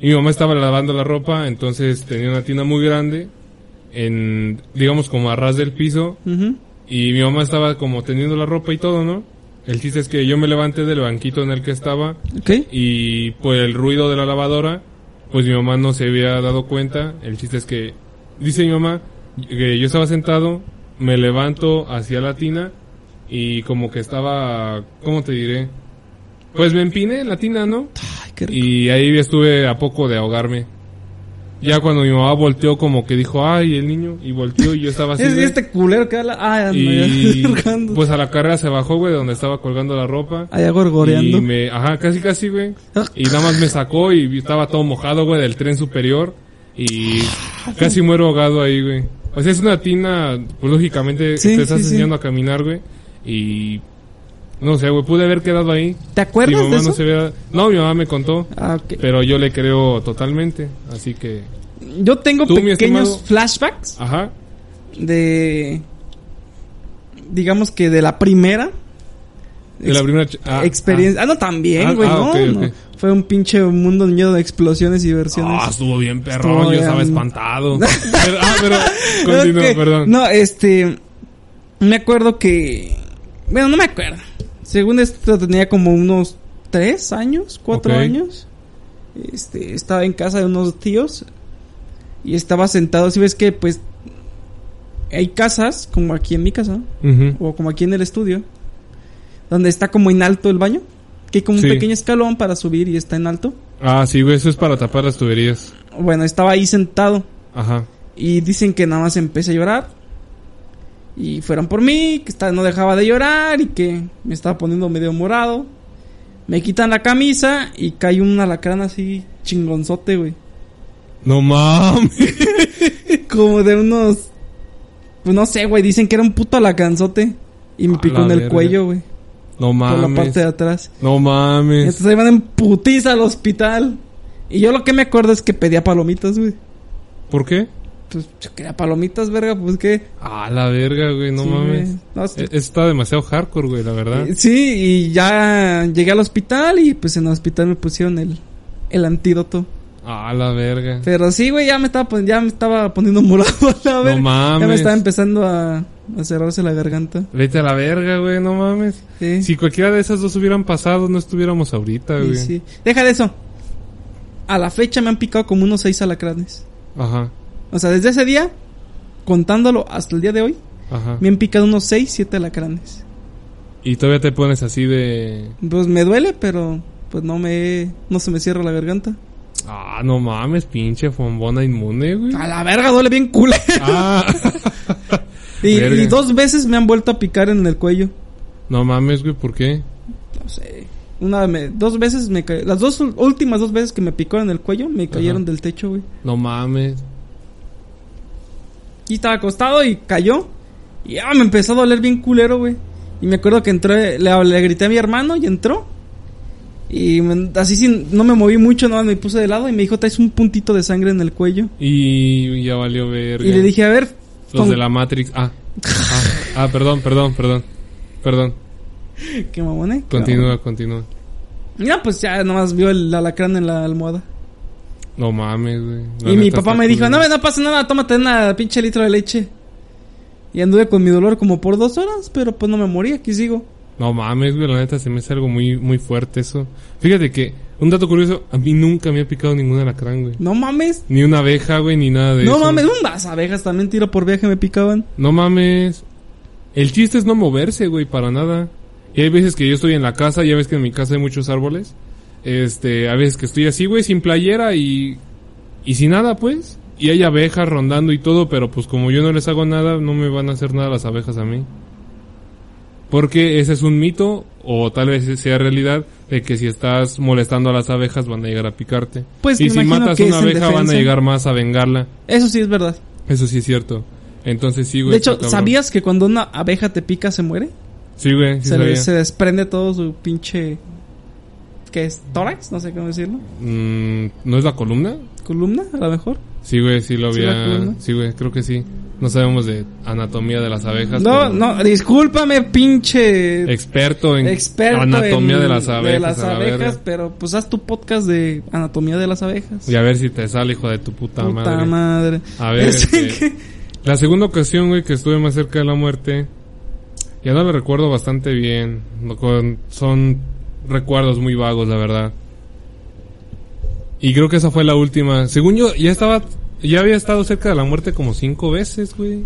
y mi mamá estaba lavando la ropa, entonces tenía una tina muy grande, en, digamos como a ras del piso,
Ujú.
y mi mamá estaba como teniendo la ropa y todo, ¿no? El chiste es que yo me levanté del banquito en el que estaba,
Ok.
y por el ruido de la lavadora, pues mi mamá no se había dado cuenta. El chiste es que, dice mi mamá, que yo estaba sentado, me levanto hacia la tina y como que estaba, ¿cómo te diré? Pues me empiné en la tina, ¿no?
Ay, qué rico.
Y ahí estuve a poco de ahogarme. Ya cuando mi mamá volteó como que dijo, ay, el niño, y volteó y yo estaba así.
Es
de-
este culero que habla. Ah, anda,
y
ya, colgando.
pues a la carrera se bajó, güey, donde estaba colgando la ropa.
Allá gorgoreando.
Y me, ajá, casi casi, güey. Y nada más me sacó y estaba todo mojado, güey, del tren superior. Y casi muero ahogado ahí, güey. O sea, es una tina, pues lógicamente
Sí,
te estás
sí, sí.
enseñando a caminar, güey. Y no sé, güey, pude haber quedado ahí.
¿Te
Mi
acuerdas
mamá
de eso?
no se hubiera- No, mi mamá me contó.
Ah, ok.
Pero yo le creo totalmente. Así que,
Yo tengo
Tú, mi
pequeños
estimado.
flashbacks
ajá.
de. Digamos que de la primera.
De la primera. ch- ah,
experiencia. Ah, no, también,
Ah,
güey,
ah,
no,
ok,
no.
ok.
Fue un pinche mundo lleno de explosiones y diversiones.
Ah, estuvo bien perrón,
Estuvo
yo
bien.
estaba espantado. Pero- ah, pero continúa,
Ok.
perdón.
No, este. Me acuerdo que. Bueno, no me acuerdo. Según esto, tenía como unos tres años, cuatro
Ok.
años. Este, estaba en casa de unos tíos. Y estaba sentado. Si ves que, pues. Hay casas, como aquí en mi casa,
Ujú.
o como aquí en el estudio, donde está como en alto el baño. Que hay como
Sí.
un pequeño escalón para subir y está en alto.
Ah, sí, güey, eso es para tapar las tuberías.
Bueno, estaba ahí sentado.
Ajá.
Y dicen que nada más empecé a llorar. Y fueron por mí, que esta- no dejaba de llorar y que me estaba poniendo medio morado. Me quitan la camisa y cae un alacrán así chingonzote, güey.
No mames.
Como de unos... Pues no sé, güey, dicen que era un puto alacranzote. Y me
A
picó
la
en el
verga.
cuello, güey.
No
Por la parte de
mames.
atrás.
No mames.
Entonces ahí van en putiza al hospital. Y yo lo que me acuerdo es que pedía palomitas, güey.
¿Por qué?
Pues yo quería palomitas, verga, pues qué.
Ah, la verga, güey, no
Sí,
mames.
güey. No, sí.
E- Está demasiado hardcore, güey, la verdad.
Eh, Sí, y ya llegué al hospital y pues en el hospital me pusieron el, el antídoto.
Ah, la verga.
Pero sí, güey, ya me estaba pon- ya me estaba poniendo morado a la verga. Ya me
mames.
estaba empezando a, a cerrarse la garganta.
Vete a la verga, güey, no mames.
Sí.
Si cualquiera de esas dos hubieran pasado, no estuviéramos ahorita,
Y
güey.
sí. Deja de eso. A la fecha me han picado como unos seis alacranes.
Ajá,
O sea, desde ese día, contándolo hasta el día de hoy,
ajá.
me han picado unos seis, siete alacranes.
Y todavía te pones así de...
Pues me duele, pero pues no me no se me cierra la garganta.
Ah, no mames, pinche fombona inmune, güey.
A la verga, duele bien culero.
Ah.
Y,
Verga.
y dos veces me han vuelto a picar en el cuello.
No mames, güey, ¿por qué?
No sé. Una me- dos veces me ca- Las dos ul- últimas dos veces que me picó en el cuello me cayeron del techo, güey.
No mames.
Y estaba acostado y cayó. Y ah, me empezó a doler bien culero, güey. Y me acuerdo que entré, le, le grité a mi hermano y entró. Y me- así sin, no me moví mucho, nada, más me puse de lado y me dijo, traes un puntito de sangre en el cuello.
Y Pues ya valió verga.
Y le dije, a ver,
Los
con-
de la Matrix. Ah. Ah, ah, perdón, perdón, perdón. Perdón.
qué mamón, eh. Qué
Continúa, continúa.
Ya, pues ya nomás vio el alacrán en la almohada.
No mames, güey. La
y mi
neta
papá
está
me dijo,
culero.
no, no pasa nada, tómate una pinche litro de leche. Y anduve con mi dolor como por dos horas, pero pues no me morí, aquí sigo.
No mames, güey, la neta se me hace algo muy, muy fuerte eso. Fíjate que, un dato curioso, a mí nunca me ha picado ningún alacrán, güey.
No mames.
Ni una abeja, güey, ni nada de
No
eso.
mames, unas abejas también tiro por viaje me picaban.
No mames. El chiste es no moverse, güey, para nada. Y hay veces que yo estoy en la casa, ya ves que en mi casa hay muchos árboles. Este, a veces que estoy así, güey, sin playera y. Y sin nada, pues. Y hay abejas rondando y todo, pero pues como yo no les hago nada, no me van a hacer nada las abejas a mí. Porque ese es un mito, o tal vez sea realidad, de que si estás molestando a las abejas van a llegar a picarte.
Pues,
y
me
si
imagino
matas
que
una
es en
abeja van a
defensa.
llegar más a vengarla.
Eso sí es verdad.
Eso sí es cierto. Entonces sí, güey.
De
está
hecho,
cabrón.
¿sabías que cuando una abeja te pica se muere?
Sí, güey, sí
se, le-
sabía.
se desprende todo su pinche... ¿Qué es? ¿Tórax? No sé cómo decirlo.
Mm, ¿No es la columna?
¿Columna, a lo mejor?
Sí, güey, sí lo
¿Sí
había.
la columna?
Sí, güey, creo que sí. No sabemos de anatomía de las abejas. pero
No, no, discúlpame, pinche...
Experto en
experto
anatomía
en-
de las abejas.
de las
a la
abejas,
verga.
pero pues haz tu podcast de anatomía de las abejas.
Y a ver si te sale, hijo de tu puta,
Puta
madre.
madre.
A ver,
Este,
este, la segunda ocasión, güey, que estuve más cerca de la muerte, ya no la recuerdo bastante bien. No con- son recuerdos muy vagos, la verdad. Y creo que esa fue la última. Según yo, ya estaba, ya había estado cerca de la muerte como cinco veces, güey.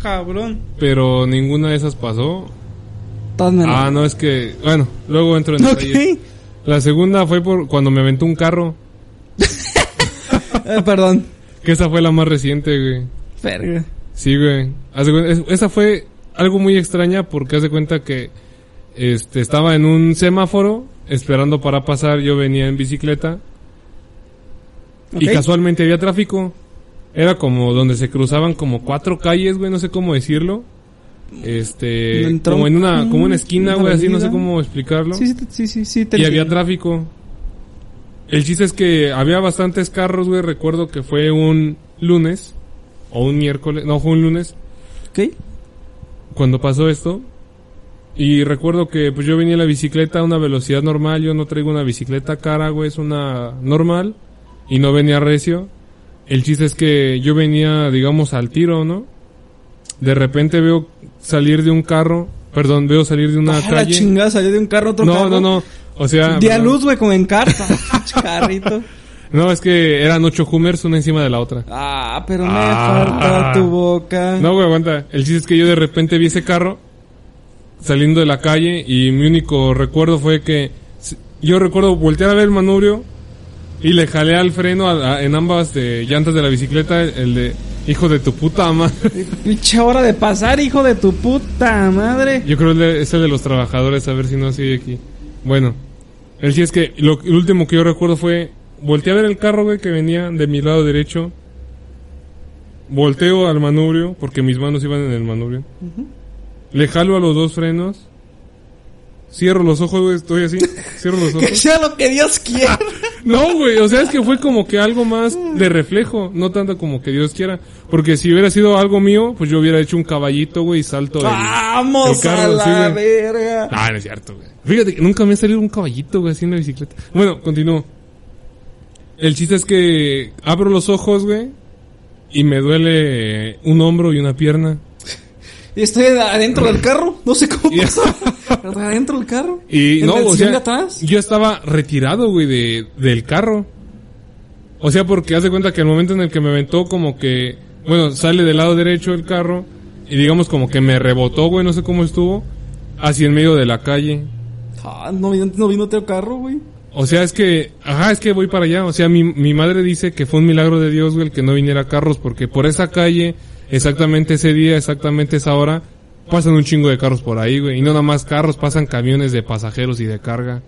Cabrón.
Pero ninguna de esas pasó.
Estás menor.
Ah, no, es que, bueno, luego entro en
Ok.
detalles. La segunda fue por cuando me aventó un carro,
Eh, perdón.
que esa fue la más reciente, güey.
Verga.
Sí, güey. Haz de cuen- es- Esa fue algo muy extraña porque haz de cuenta que este, estaba en un semáforo esperando para pasar. Yo venía en bicicleta
Ok.
y casualmente había tráfico. Era como donde se cruzaban como cuatro calles, güey, no sé cómo decirlo. Este,
Un entronco,
como en una, como una
Mm, una
esquina, güey, así no sé
avenida.
cómo explicarlo.
Sí, sí, sí, sí, sí, te
Y había
entiendo.
tráfico. El chiste es que había bastantes carros, güey. Recuerdo que fue un lunes o un miércoles, no, fue un lunes
Ok.
cuando pasó esto. Y recuerdo que pues yo venía en la bicicleta a una velocidad normal, yo no traigo una bicicleta cara, güey, es una normal y no venía recio. El chiste es que yo venía, digamos, al tiro, ¿no? De repente veo salir de un carro, perdón, veo salir de una
Ah, la
calle.
chingada salió de un carro a otro
no,
carro.
no, no. O sea,
Di a
perdón.
luz, güey, como en carta. Pinche carrito.
No, es que eran ocho Hummers una encima de la otra.
Ah, pero me
Ah.
falta tu boca.
No, güey, aguanta. El chiste es que yo de repente vi ese carro saliendo de la calle y mi único recuerdo fue que s- yo recuerdo voltear a ver el manubrio y le jalé al freno a- a- en ambas eh, llantas de la bicicleta el de, Hijo de tu puta madre.
Pinche hora de pasar, hijo de tu puta madre.
Yo creo que es el de los trabajadores, a ver si no sigue aquí. Bueno, el sí es que lo, el último que yo recuerdo fue, volteé a ver el carro, güey, que venía de mi lado derecho. Volteo al manubrio, porque mis manos iban en el manubrio. Le jalo a los dos frenos. Cierro los ojos, güey, estoy así. Cierro los
Que
ojos.
sea lo que Dios quiera.
No, güey, o sea, es que fue como que algo más de reflejo, no tanto como que Dios quiera. Porque si hubiera sido algo mío, pues yo hubiera hecho un caballito, güey, y salto. del-
Ah,
Vamos
el carro,
a la
sí, güey.
verga.
Ah, no es cierto, güey. Fíjate que nunca me ha salido un caballito, güey, así en la bicicleta. Bueno, continúo. El chiste es que abro los ojos, güey, y me duele un hombro y una pierna.
Y estoy adentro del carro. No sé cómo
Y-
pasó. Pero estoy adentro del carro.
Y
¿En
no,
el
o
sillón
sea,
de atrás?
yo estaba retirado, güey, de, del carro. O sea, porque haz de cuenta que el momento en el que me aventó, como que, bueno, sale del lado derecho el carro y digamos como que me rebotó, güey, no sé cómo estuvo, hacia el medio de la calle.
Ah, no, vi- no vino otro carro, güey.
O sea, es que, ajá, es que voy para allá. O sea, mi, mi madre dice que fue un milagro de Dios, güey, el que no viniera carros, porque por esa calle, exactamente ese día, exactamente esa hora, pasan un chingo de carros por ahí, güey. Y no nada más carros, pasan camiones de pasajeros y de carga.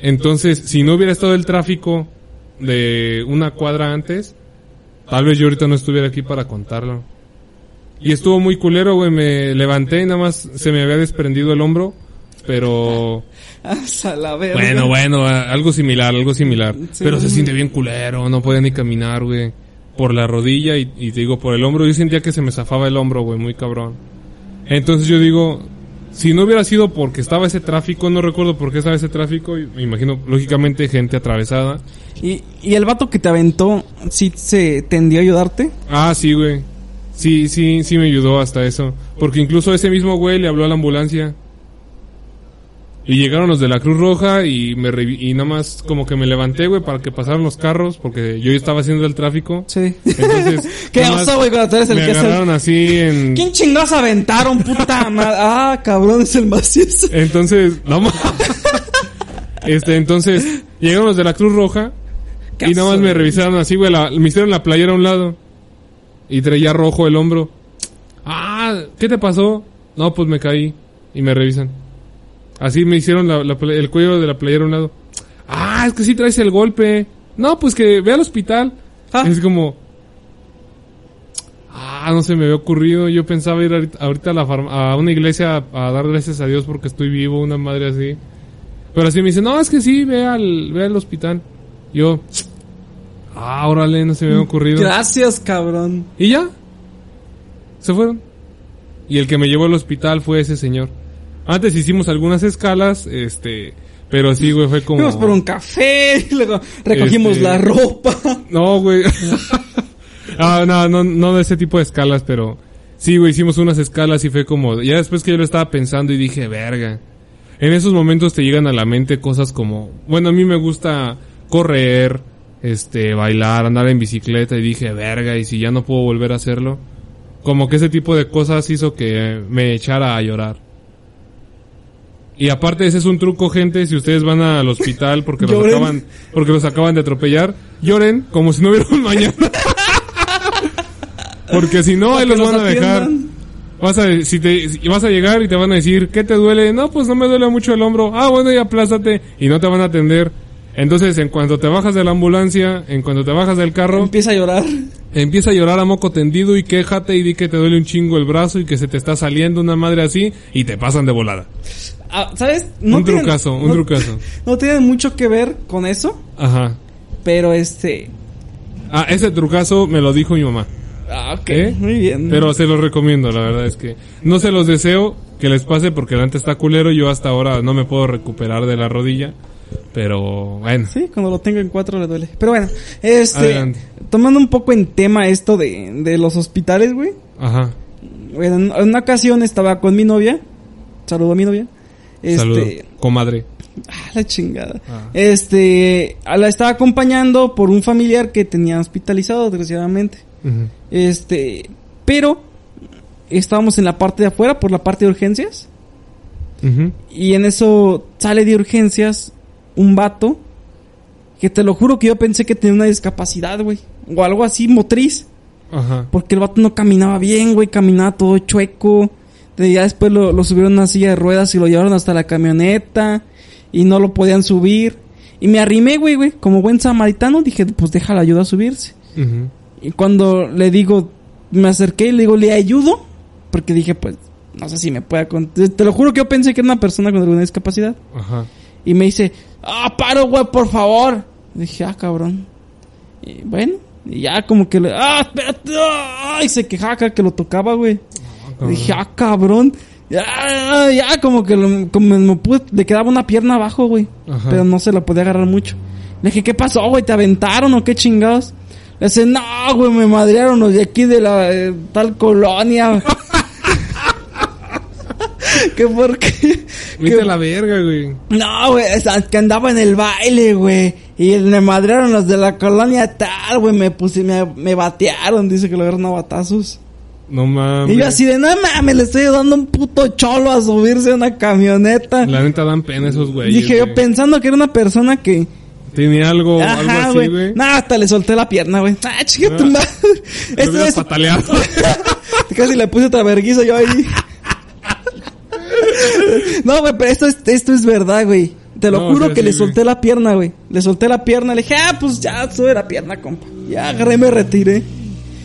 Entonces, si no hubiera estado el tráfico de una cuadra antes, tal vez yo ahorita no estuviera aquí para contarlo. Y estuvo muy culero, güey. Me levanté y nada más se me había desprendido el hombro, pero...
Ah,
Hasta la verga.
Bueno, bueno, a- algo similar, algo similar.
Sí.
Pero se siente bien culero, no podía ni caminar, güey. Por la rodilla y, y te digo, por el hombro. Yo sentía que se me zafaba el hombro, güey, muy cabrón. Entonces yo digo, si no hubiera sido porque estaba ese tráfico, no recuerdo por qué estaba ese tráfico, y me imagino, lógicamente, gente atravesada.
¿Y, y el vato que te aventó, sí se tendió a ayudarte?
Ah, sí, güey. Sí, sí, sí me ayudó hasta eso. Porque incluso ese mismo güey le habló a la ambulancia. Y llegaron los de la Cruz Roja y me revi- y nada más como que me levanté, güey, para que pasaran los carros, porque yo estaba haciendo el tráfico.
Sí.
Entonces,
¿Qué
nada más
oso, güey, cuando tú eres el
me
que hace el-
agarraron así en...
¿Quién chingados aventaron, puta madre? Ah, cabrón, es el macizo.
Entonces, no ma- Este, entonces, llegaron los de la Cruz Roja y nada más me revisaron así, güey, la- me hicieron la playera a un lado y traía rojo el hombro. Ah, ¿qué te pasó? No, pues me caí y me revisan. Así me hicieron la- la pla- el cuello de la playera a un lado. Ah, es que sí traes el golpe. No, pues que ve al hospital.
Ah.
Es como... Ah, no se me había ocurrido. Yo pensaba ir ahorita, ahorita a, la farm- a una iglesia a, a dar gracias a Dios porque estoy vivo, una madre así. Pero así me dice, no, es que sí, ve al, ve al hospital. Yo, ah, órale, no se me había ocurrido.
Gracias, cabrón.
Y ya. Se fueron. Y el que me llevó al hospital fue ese señor. Antes hicimos algunas escalas, este, pero sí, güey, fue como...
Fuimos por un café, y luego recogimos
Este-
la ropa.
No, güey. ah, no, no, no de ese tipo de escalas, pero sí, güey, hicimos unas escalas y fue como, ya después que yo lo estaba pensando y dije, verga. En esos momentos te llegan a la mente cosas como, bueno, a mí me gusta correr, este, bailar, andar en bicicleta y dije, verga, y si ya no puedo volver a hacerlo. Como que ese tipo de cosas hizo que me echara a llorar. Y aparte ese es un truco, gente, si ustedes van al hospital porque los
Lloren.
acaban, porque los acaban de atropellar, lloren como si no hubiera un mañana. porque si no, ahí los
Para
van
que
a
nos
dejar.
atiendan.
Vas a, si te, si- vas a llegar y te van a decir, ¿qué te duele? No, pues no me duele mucho el hombro. Ah, bueno, ya aplástate. Y no te van a atender. Entonces, en cuanto te bajas de la ambulancia, en cuanto te bajas del carro,
Empieza a llorar.
empieza a llorar a moco tendido y quéjate y di que te duele un chingo el brazo y que se te está saliendo una madre así y te pasan de volada.
Ah, ¿Sabes? No
un
tienen-
trucazo, un
no-
trucazo.
No tienen mucho que ver con eso,
Ajá.
pero este...
Ah, ese trucazo me lo dijo mi mamá.
Ah, ok.
¿Eh?
Muy bien.
Pero se los recomiendo, la verdad es que no se los deseo que les pase porque Dante está culero. Yo hasta ahora no me puedo recuperar de la rodilla. Pero bueno,
Sí, cuando lo tengo en cuatro le duele. Pero bueno, este...
Adelante.
Tomando un poco en tema esto de, de los hospitales, güey.
ajá.
Bueno, en en una ocasión estaba con mi novia. Saludo a mi novia. Este,
Saludo, comadre.
Ah, la chingada.
Ah.
Este, a la estaba acompañando por un familiar que tenía hospitalizado, desgraciadamente.
Ujú.
Este, pero estábamos en la parte de afuera, por la parte de urgencias.
Ujú.
Y en eso sale de urgencias un vato. Que te lo juro que yo pensé que tenía una discapacidad, güey. O algo así, motriz.
Ajá.
Porque el vato no caminaba bien, güey, caminaba todo chueco. De- Ya después lo, lo subieron a una silla de ruedas y lo llevaron hasta la camioneta. Y no lo podían subir. Y me arrimé, güey, güey. Como buen samaritano dije, pues déjala ayuda a subirse.
Ujú.
Y cuando le digo, me acerqué y le digo, le ayudo. Porque dije, pues, no sé si me pueda... con- Te te lo juro que yo pensé que era una persona con alguna discapacidad.
Ajá.
Y me dice, ah, paro, güey, por favor. dije, ah, cabrón. Y bueno, y ya como que le, ah, espérate, ah", y se quejaba cada que lo tocaba, güey. dije, ah, cabrón. Ya, ya, como que lo- como me pude- le quedaba una pierna abajo, güey.
Ajá.
Pero no se la podía agarrar mucho. Le dije, ¿qué pasó, güey? ¿Te aventaron o qué chingados? Le dice, no, güey, me madrearon los de aquí de la eh, tal colonia. ¿Qué por qué?
Vete a la verga, güey.
No, güey, es que andaba en el baile, güey. Y me madrearon los de la colonia tal, güey. Me, puse- me, me batearon, dice que lo agarraron a batazos.
No mames.
Y yo así de, no mames, le estoy dando un puto cholo a subirse a una camioneta.
La neta dan pena esos güeyes.
Dije yo
güey.
pensando que era una persona que...
Tenía algo, algo
Ajá,
así,
güey.
güey.
No, hasta le solté la pierna, güey. Ah, chica tu
Ah.
madre.
Lo
Esto
hubieras
es...
pataleado.
Casi le puse otra verguiza yo ahí. No, güey, pero esto es, esto es verdad, güey. Te lo
No,
juro
sí,
que
sí,
le
güey.
solté la pierna, güey. Le solté la pierna, le dije, ah, pues ya sube la pierna, compa. Ya agarré, y me retiré.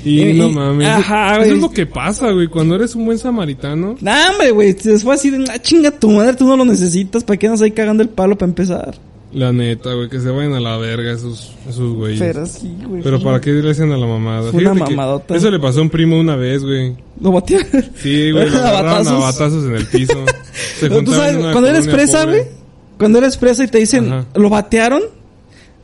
Y,
Y-
no mames.
ajá,
Eso
güey.
es lo que pasa, güey. Cuando eres un buen samaritano.
No, hombre, güey. Se fue así de, ah, chinga tu madre, tú no lo necesitas. ¿Para qué andas ahí cagando el palo para empezar?
La neta, güey. Que se vayan a la verga esos, esos güeyes.
Pero sí, güey.
Pero para qué le hacen a la mamada.
Fue una
Fíjate que
mamadota.
Eso le pasó a un primo una vez, güey.
Lo batí.
Sí, güey. Lo
A
agarraron a
batazos.
batazos en el piso. Se
Pero tú
juntaron
sabes,
en una
cuando eres
colonia
presa,
pobre.
güey. Cuando eres presa y te dicen,
Ajá.
¿lo batearon?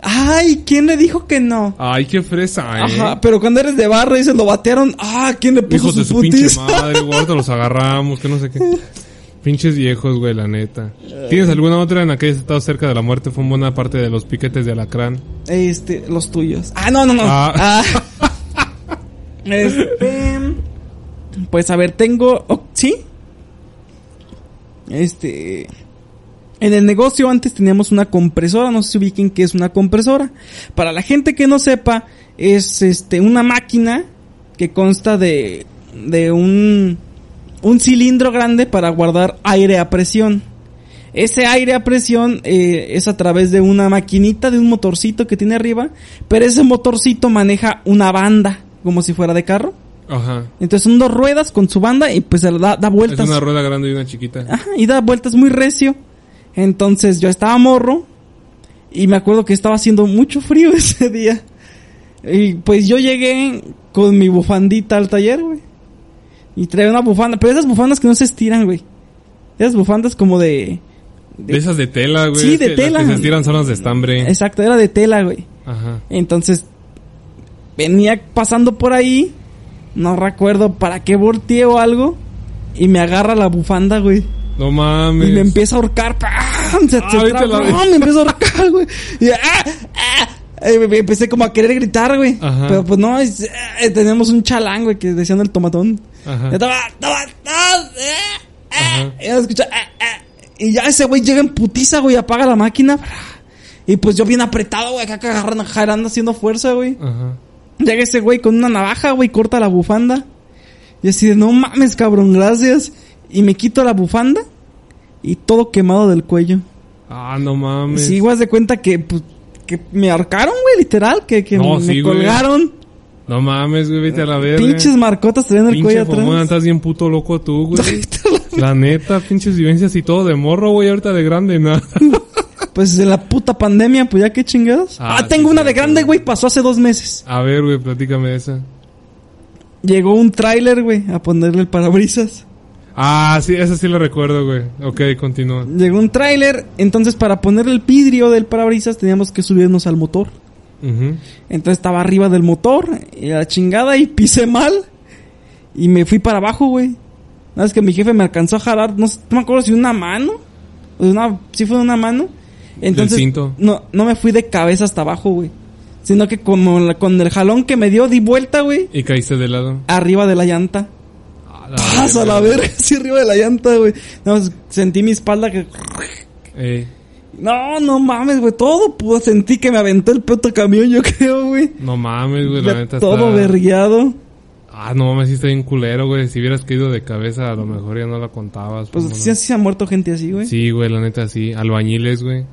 Ay, ¿quién le dijo que no?
Ay, qué fresa, eh.
Ajá, pero cuando eres de barra y dices, lo batearon. Ah, ¿quién le puso
Hijos de
su
su pinche
putiza?
madre, güey. Ahorita los agarramos, que no sé qué. Pinches viejos, güey, la neta. ¿Tienes alguna otra en la que hayas estado cerca de la muerte? Fue una buena parte de los piquetes de alacrán.
Este, los tuyos. Ah, no, no, no.
Ah.
Ah. Este. Pues a ver, tengo. oh, ¿Sí? Este. En el negocio antes teníamos una compresora, no sé si ubiquen qué es una compresora. Para la gente que no sepa, es este una máquina que consta de de un un cilindro grande para guardar aire a presión. Ese aire a presión eh, es a través de una maquinita, de un motorcito que tiene arriba, pero ese motorcito maneja una banda, como si fuera de carro.
Ajá.
Entonces son dos ruedas con su banda y pues se la da, da
Es
vueltas. Ah,
una rueda grande y una chiquita.
Ajá, y da vueltas muy recio. Entonces yo estaba morro y me acuerdo que estaba haciendo mucho frío ese día. Y pues yo llegué con mi bufandita al taller, güey. Y traía una bufanda, pero esas bufandas que no se estiran, güey. Esas bufandas como de...
De esas de tela, güey.
Sí,
es
de
que las
tela.
que se estiran son las de estambre.
Exacto, era de tela, güey.
Ajá.
Entonces, venía pasando por ahí, no recuerdo para qué volteé o algo, y me agarra la bufanda, güey.
No mames.
Y me empieza a ahorcar. ¡pam! Se, se
Ah, ahorita
traba,
la vi.
¡pam! me empieza a ahorcar, güey. Y, ¡ah! ¡ah! Eh, me- me empecé como a querer gritar, güey.
Ajá.
Pero pues no, es- eh, teníamos un chalán, güey, que decían el tomatón.
Ajá.
Ya estaba, estaba, estaba, eh, eh,
Ajá.
Y ya escucha, eh, eh. Y ya ese güey llega en putiza, güey, apaga la máquina. Y pues yo bien apretado, güey, acá agarrando, jalando, haciendo fuerza, güey.
Ajá.
Llega ese güey con una navaja, güey, corta la bufanda. Y así de, no mames, cabrón, gracias. Y me quito la bufanda y todo quemado del cuello.
Ah, no mames.
Sí, güey, haz de cuenta que, pues, que me ahorcaron, güey, literal, que, que
No,
me
sí, güey.
colgaron.
No mames, güey. Vete a la verga.
Pinches marcotas traían el
Pinche
cuello
fumona,
atrás.
estás bien puto loco tú, güey. La neta, pinches vivencias y todo de morro, güey. Ahorita de grande, nada.
pues de la puta pandemia, pues ya qué chingados.
Ah,
Ah,
sí,
tengo una de
cierto,
grande, güey, pasó hace dos meses.
A ver, güey, platícame de esa.
Llegó un tráiler, güey, a ponerle el parabrisas.
Ah, sí, esa sí la recuerdo, güey. Ok, continúa.
Llegó un tráiler, entonces para ponerle el vidrio del parabrisas teníamos que subirnos al motor.
Ujú.
Entonces estaba arriba del motor, y la chingada, y pisé mal. Y me fui para abajo, güey. Nada más que mi jefe me alcanzó a jalar, no, sé, no me acuerdo si una mano, o de una, si fue de una mano. Entonces,
cinto.
No, no me fui de cabeza hasta abajo, güey. Sino que como la- con el jalón que me dio, di vuelta, güey,
Y caíste de lado.
arriba de la llanta.
Ah, la
Pasa la verga, así arriba de la llanta, güey. Nada más sentí mi espalda que.
Ey.
No, no mames, güey. Todo pues, pudo. Sentí que me aventó el puto camión, yo creo, güey.
No mames, güey, la
Ya
neta
todo
está...
vergueado.
Ah, no mames, sí está bien culero, güey. Si hubieras caído de cabeza, a lo mejor ya no la contabas.
Pues
vámonos.
sí, sí se ha muerto gente así, güey.
Sí, güey, la neta sí. Albañiles, güey.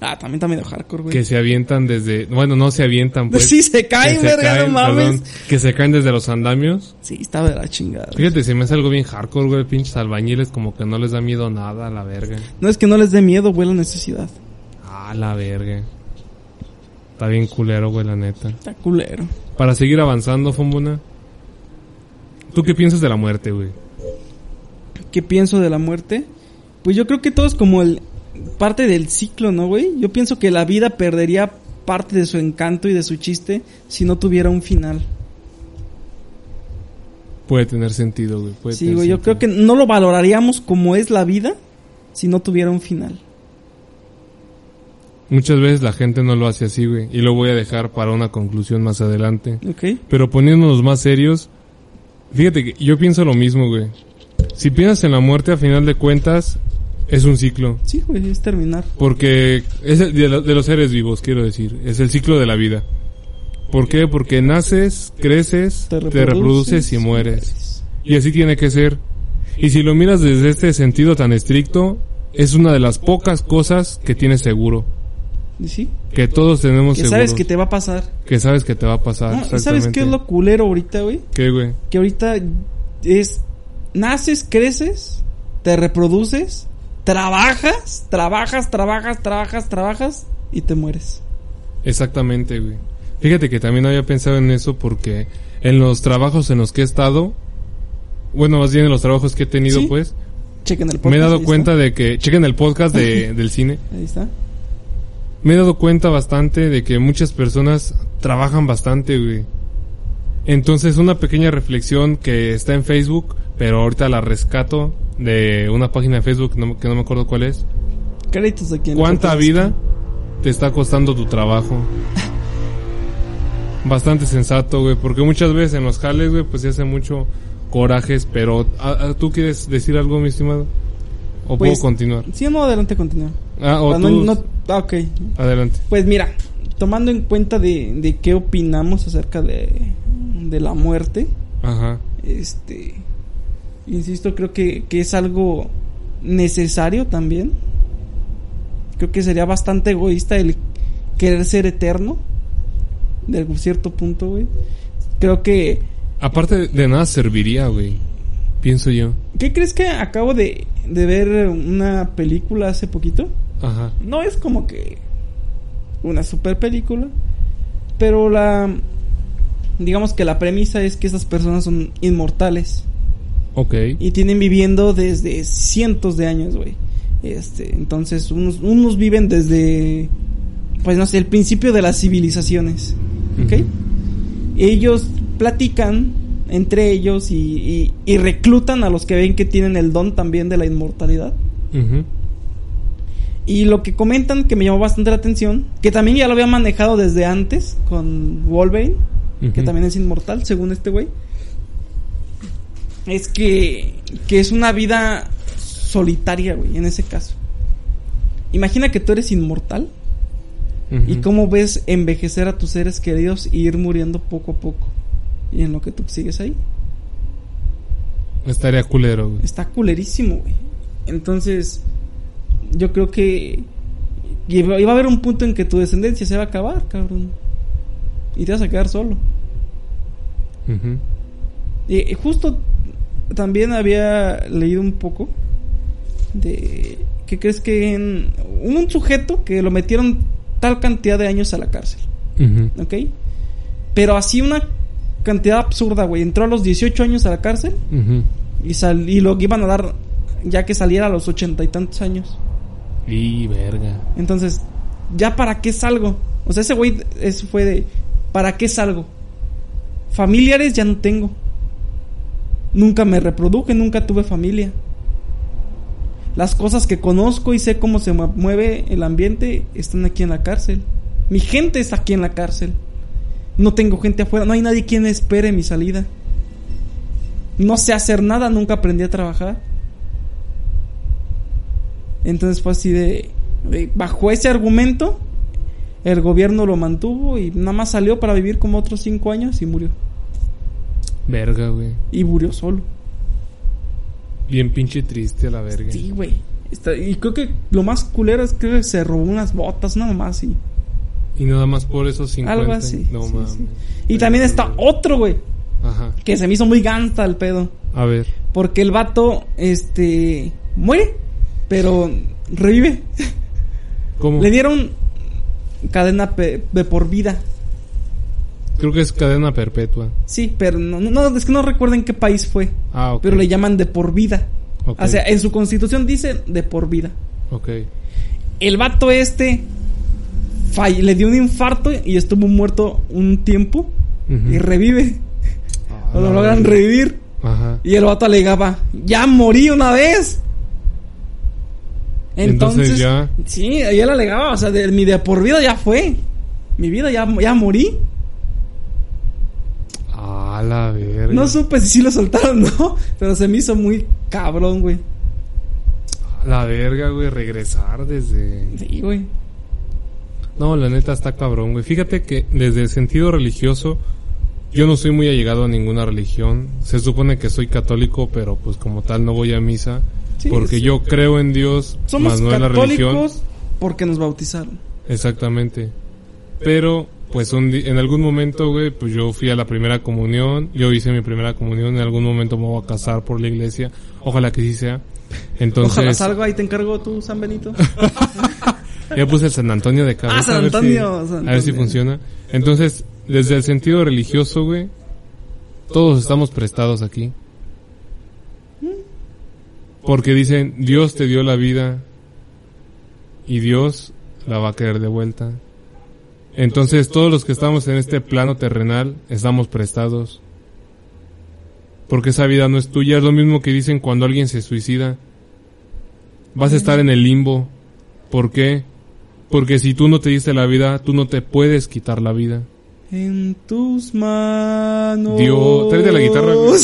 Ah, también está medio hardcore, güey.
Que se avientan desde. Bueno, no se avientan, pues.
sí, se cae,
Que se
verga,
caen,
no mames.
perdón, que se caen desde los andamios.
Sí, estaba de la chingada. güey.
Fíjate, se me hace algo bien hardcore, güey. Pinches albañiles, como que no les da miedo nada a la verga.
No es que no les dé miedo, güey, la necesidad.
Ah, la verga. Está bien culero, güey, la neta.
Está culero.
Para seguir avanzando, Fombuna. ¿Tú qué piensas de la muerte, güey?
¿Qué pienso de la muerte? Pues yo creo que todo es como el parte del ciclo, ¿no, güey? Yo pienso que la vida perdería parte de su encanto y de su chiste si no tuviera un final.
Puede tener sentido, güey. puede
Sí,
tener
güey, yo
sentido.
creo que no lo valoraríamos como es la vida si no tuviera un final.
Muchas veces la gente no lo hace así, güey. Y lo voy a dejar para una conclusión más adelante.
¿Ok?
Pero poniéndonos más serios, fíjate que yo pienso lo mismo, güey. Si piensas en la muerte, a final de cuentas, es un ciclo.
Sí, güey, es terminar.
Porque es el- de, lo- de los seres vivos, quiero decir. Es el ciclo de la vida. ¿Por qué? Porque naces, creces, te reproduces, y mueres. Y así tiene que ser. Y si lo miras desde este sentido tan estricto, es una de las pocas cosas que tienes seguro.
Y Sí,
Que todos tenemos
que
seguro.
sabes que te va a pasar.
Que sabes que te va a pasar.
No, ¿y ¿Sabes qué es lo culero ahorita, güey?
¿Qué, güey?
Que ahorita es naces, creces, te reproduces, trabajas, trabajas, trabajas, trabajas, trabajas y te mueres.
Exactamente, güey. Fíjate que también había pensado en eso porque en los trabajos en los que he estado, bueno, más bien en los trabajos que he tenido,
Sí.
pues,
Chequen el podcast.
me he
ahí
dado
está.
cuenta de que, chequen el podcast de- del cine,
Ahí está.
me he dado cuenta bastante de que muchas personas trabajan bastante, güey. Entonces, una pequeña reflexión que está en Facebook, pero ahorita la rescato de una página de Facebook no- que no me acuerdo cuál es.
Créditos aquí en el
¿Cuánta
podcast.
vida te está costando tu trabajo? Bastante sensato, güey, porque muchas veces en los jales, güey, pues se hace mucho corajes, pero ¿ah, ah, ¿tú quieres decir algo, mi estimado? ¿O
Pues-
puedo continuar?
Sí, no, adelante, continúa.
Ah, o
Ah,
tú...
no, no- ah, ok.
Adelante.
Pues mira, tomando en cuenta de, de qué opinamos acerca de, de la muerte,
Ajá.
este, insisto, creo que, que es algo necesario también. Creo que sería bastante egoísta el querer ser eterno, de algún cierto punto, güey. Creo que...
Aparte de nada serviría, güey, pienso yo.
¿Qué crees que acabo de, de ver una película hace poquito?
Ajá.
no es como que una super película, pero la digamos que la premisa es que esas personas son inmortales
Ok.
y tienen viviendo desde cientos de años, güey. Este, entonces unos unos viven desde pues no sé, el principio de las civilizaciones, ¿ok?
Ujú.
Ellos platican entre ellos y, y- y reclutan a los que ven que tienen el don también de la inmortalidad.
Ujú.
Y lo que comentan que me llamó bastante la atención, que también ya lo había manejado desde antes con Wolverine, que
Ujú.
también es inmortal, según este güey, es que, que es una vida solitaria, güey, en ese caso. Imagina que tú eres inmortal
Ujú.
y cómo ves envejecer a tus seres queridos y ir muriendo poco a poco. Y en lo que tú sigues ahí.
Estaría culero, güey.
Está culerísimo, güey. Entonces, yo creo que y va y va a haber un punto en que tu descendencia se va a acabar, cabrón. Y te vas a quedar solo.
Ujú.
Y y Eh, justo también había leído un poco de que crees que en- hubo un sujeto que lo metieron tal cantidad de años a la cárcel,
Ujú.
¿ok? Pero así una cantidad absurda, güey. Entró a los 18 años a la cárcel
Ujú.
Y, sal- y lo que iban a dar ya que saliera a los ochenta y tantos años.
Y verga.
Entonces, ¿ya para qué salgo? O sea, ese güey eso fue de, ¿para qué salgo? Familiares ya no tengo. Nunca me reproduje, nunca tuve familia. Las cosas que conozco y sé cómo se mu- mueve el ambiente están aquí en la cárcel. Mi gente está aquí en la cárcel. No tengo gente afuera, no hay nadie quien espere mi salida. No sé hacer nada, nunca aprendí a trabajar. Entonces fue así de, de- Bajo ese argumento, el gobierno lo mantuvo y nada más salió para vivir como otros cinco años y murió.
Verga, güey.
Y murió solo.
Bien pinche triste a la verga.
Sí, güey. Está- y creo que lo más culero es que se robó unas botas, nada más. Y,
Y nada más por esos 50.
algo así.
No
sí,
mames.
sí. Y también está otro, güey.
Ajá.
Que se me hizo muy ganta el pedo.
A ver.
Porque el vato, este. Muere, pero revive.
¿Cómo?
Le dieron cadena pe- de por vida.
Creo que es cadena perpetua.
Sí, pero no, no, es que no recuerdo en qué país fue.
Ah, ok.
Pero le llaman de por vida.
Ok.
O sea, en su constitución dice de por vida.
Ok.
El vato este falle- le dio un infarto y estuvo muerto un tiempo
Ujú.
y revive.
Ah,
O
la
lo logran
verga.
revivir.
Ajá.
Y el vato alegaba, ya morí una vez. Entonces,
Entonces ya-
Sí, y él alegaba, o sea, de, mi de por vida ya fue. Mi vida ya, ya morí.
Ah, la verga.
No supe si sí lo soltaron o no, pero se me hizo muy cabrón, güey.
La verga, güey. Regresar desde.
Sí, güey.
No, la neta está cabrón, güey. Fíjate que desde el sentido religioso, yo no soy muy allegado a ninguna religión. Se supone que soy católico, pero pues como tal no voy a misa.
Sí,
porque
sí.
yo creo en Dios,
Somos
más no en la religión.
católicos porque nos bautizaron.
Exactamente. Pero, pues un di- en algún momento, güey, pues yo fui a la primera comunión, yo hice mi primera comunión, en algún momento me voy a casar por la iglesia, ojalá que sí sea. Entonces,
Ojalá salga ahí te encargo tú, San Benito.
Ya puse el San Antonio de cabeza.
Ah, San
a ver si- A
Antonio,
ver, si,
San Antonio.
funciona. Entonces, desde el sentido religioso, güey, todos estamos prestados aquí. Porque dicen, Dios te dio la vida y Dios la va a querer de vuelta. Entonces, todos los que estamos en este plano terrenal estamos prestados. Porque esa vida no es tuya. Es lo mismo que dicen cuando alguien se suicida. Vas a estar en el limbo. ¿Por qué? Porque si tú no te diste la vida, tú no te puedes quitar la vida.
En tus manos.
Dios, tráete la guitarra. güey.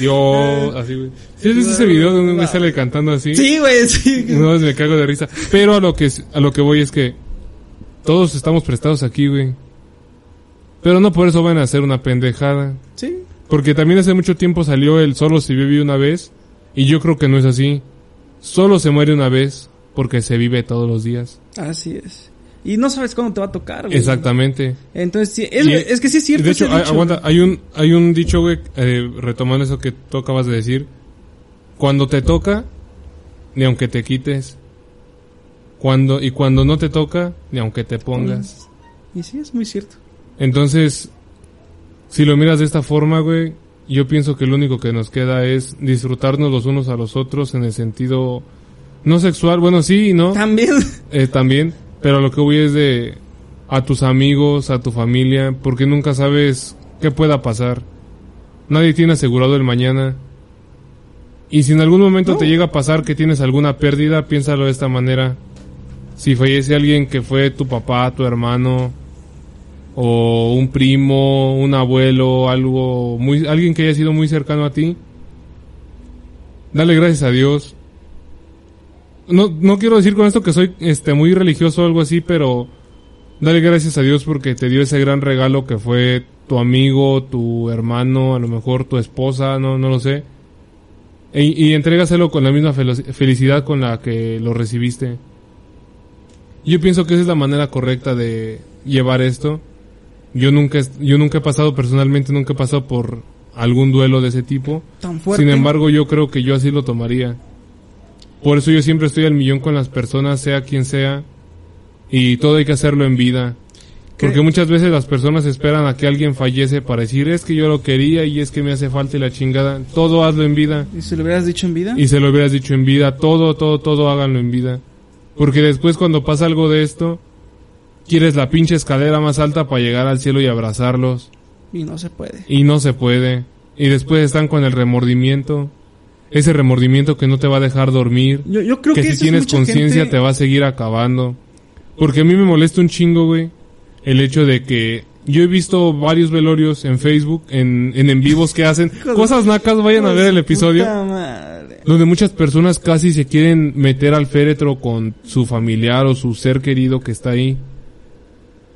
Dios, así, güey. ¿Sí has visto ese video donde un güey sale cantando así?
sí, güey, sí.
No, me cago de risa. Pero a lo que, a lo que voy es que todos estamos prestados aquí, güey. Pero no por eso van a hacer una pendejada.
Sí.
Porque también hace mucho tiempo salió el solo se vive una vez. Y yo creo que no es así. Solo se muere una vez porque se vive todos los días.
Así es. Y no sabes cuándo te va a tocar, güey.
Exactamente.
Entonces, sí, es,
Y-
es que sí es cierto.
De hecho,
ese
hay,
dicho.
aguanta, hay un, hay un dicho, güey, eh, retomando eso que tú acabas de decir. Cuando te toca, ni aunque te quites. Cuando, y cuando no te toca, ni aunque te pongas.
Mm. Y sí, es muy cierto.
Entonces, si lo miras de esta forma, güey, yo pienso que lo único que nos queda es disfrutarnos los unos a los otros en el sentido no sexual, bueno, sí y no.
También.
Eh, también, pero lo que voy es de a tus amigos, a tu familia, porque nunca sabes qué pueda pasar. Nadie tiene asegurado el mañana. Y si en algún momento te llega a pasar que tienes alguna pérdida, piénsalo de esta manera. Si fallece alguien que fue tu papá, tu hermano, o un primo, un abuelo, algo muy, alguien que haya sido muy cercano a ti, dale gracias a Dios no, no quiero decir con esto que soy este muy religioso o algo así, pero dale gracias a Dios porque te dio ese gran regalo que fue tu amigo, tu hermano, a lo mejor tu esposa, no, no lo sé. E- y entrégaselo con la misma felo- felicidad con la que lo recibiste. Yo pienso que esa es la manera correcta de llevar esto. Yo nunca, he- yo nunca he pasado personalmente, nunca he pasado por algún duelo de ese tipo.
Tan fuerte.
Sin embargo, yo creo que yo así lo tomaría. Por eso yo siempre estoy al millón con las personas, sea quien sea. Y todo hay que hacerlo en vida. Porque
Cre-
muchas veces las personas esperan a que alguien fallece para decir, es que yo lo quería y es que me hace falta y la chingada. Todo hazlo en vida.
¿Y si lo hubieras dicho en vida?
Y se lo hubieras dicho en vida. Todo, todo, todo háganlo en vida. Porque después cuando pasa algo de esto, quieres la pinche escalera más alta para llegar al cielo y abrazarlos
Y no se puede.
y no se puede. Y después están con el remordimiento. Ese remordimiento que no te va a dejar dormir.
Yo, yo creo que,
que, si
eso es
tienes
mucha
conciencia
gente-
te va a seguir acabando. Porque a mí me molesta un chingo, güey. El hecho de que yo he visto varios velorios en Facebook, en, en en vivos que hacen.
de-
Cosas nacas, vayan a ver el
Pues, Puta
episodio.
madre.
Donde muchas personas casi se quieren meter al féretro con su familiar o su ser querido que está ahí.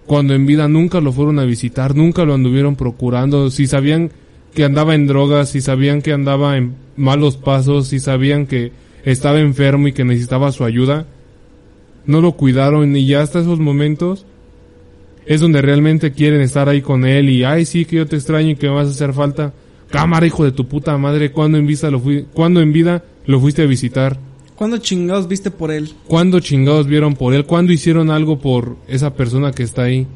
Cuando en vida nunca lo fueron a visitar, nunca lo anduvieron procurando. Si sabían que andaba en drogas, si sabían que andaba en malos pasos, si sabían que estaba enfermo y que necesitaba su ayuda, no lo cuidaron y ya hasta esos momentos es donde realmente quieren estar ahí con él y ay sí que yo te extraño y que me vas a hacer falta. Cámara hijo de tu puta madre, cuando en vista lo fui, cuando en vida lo fuiste a visitar?
¿Cuándo chingados viste por él?
¿Cuándo chingados vieron por él? ¿Cuándo hicieron algo por esa persona que está ahí?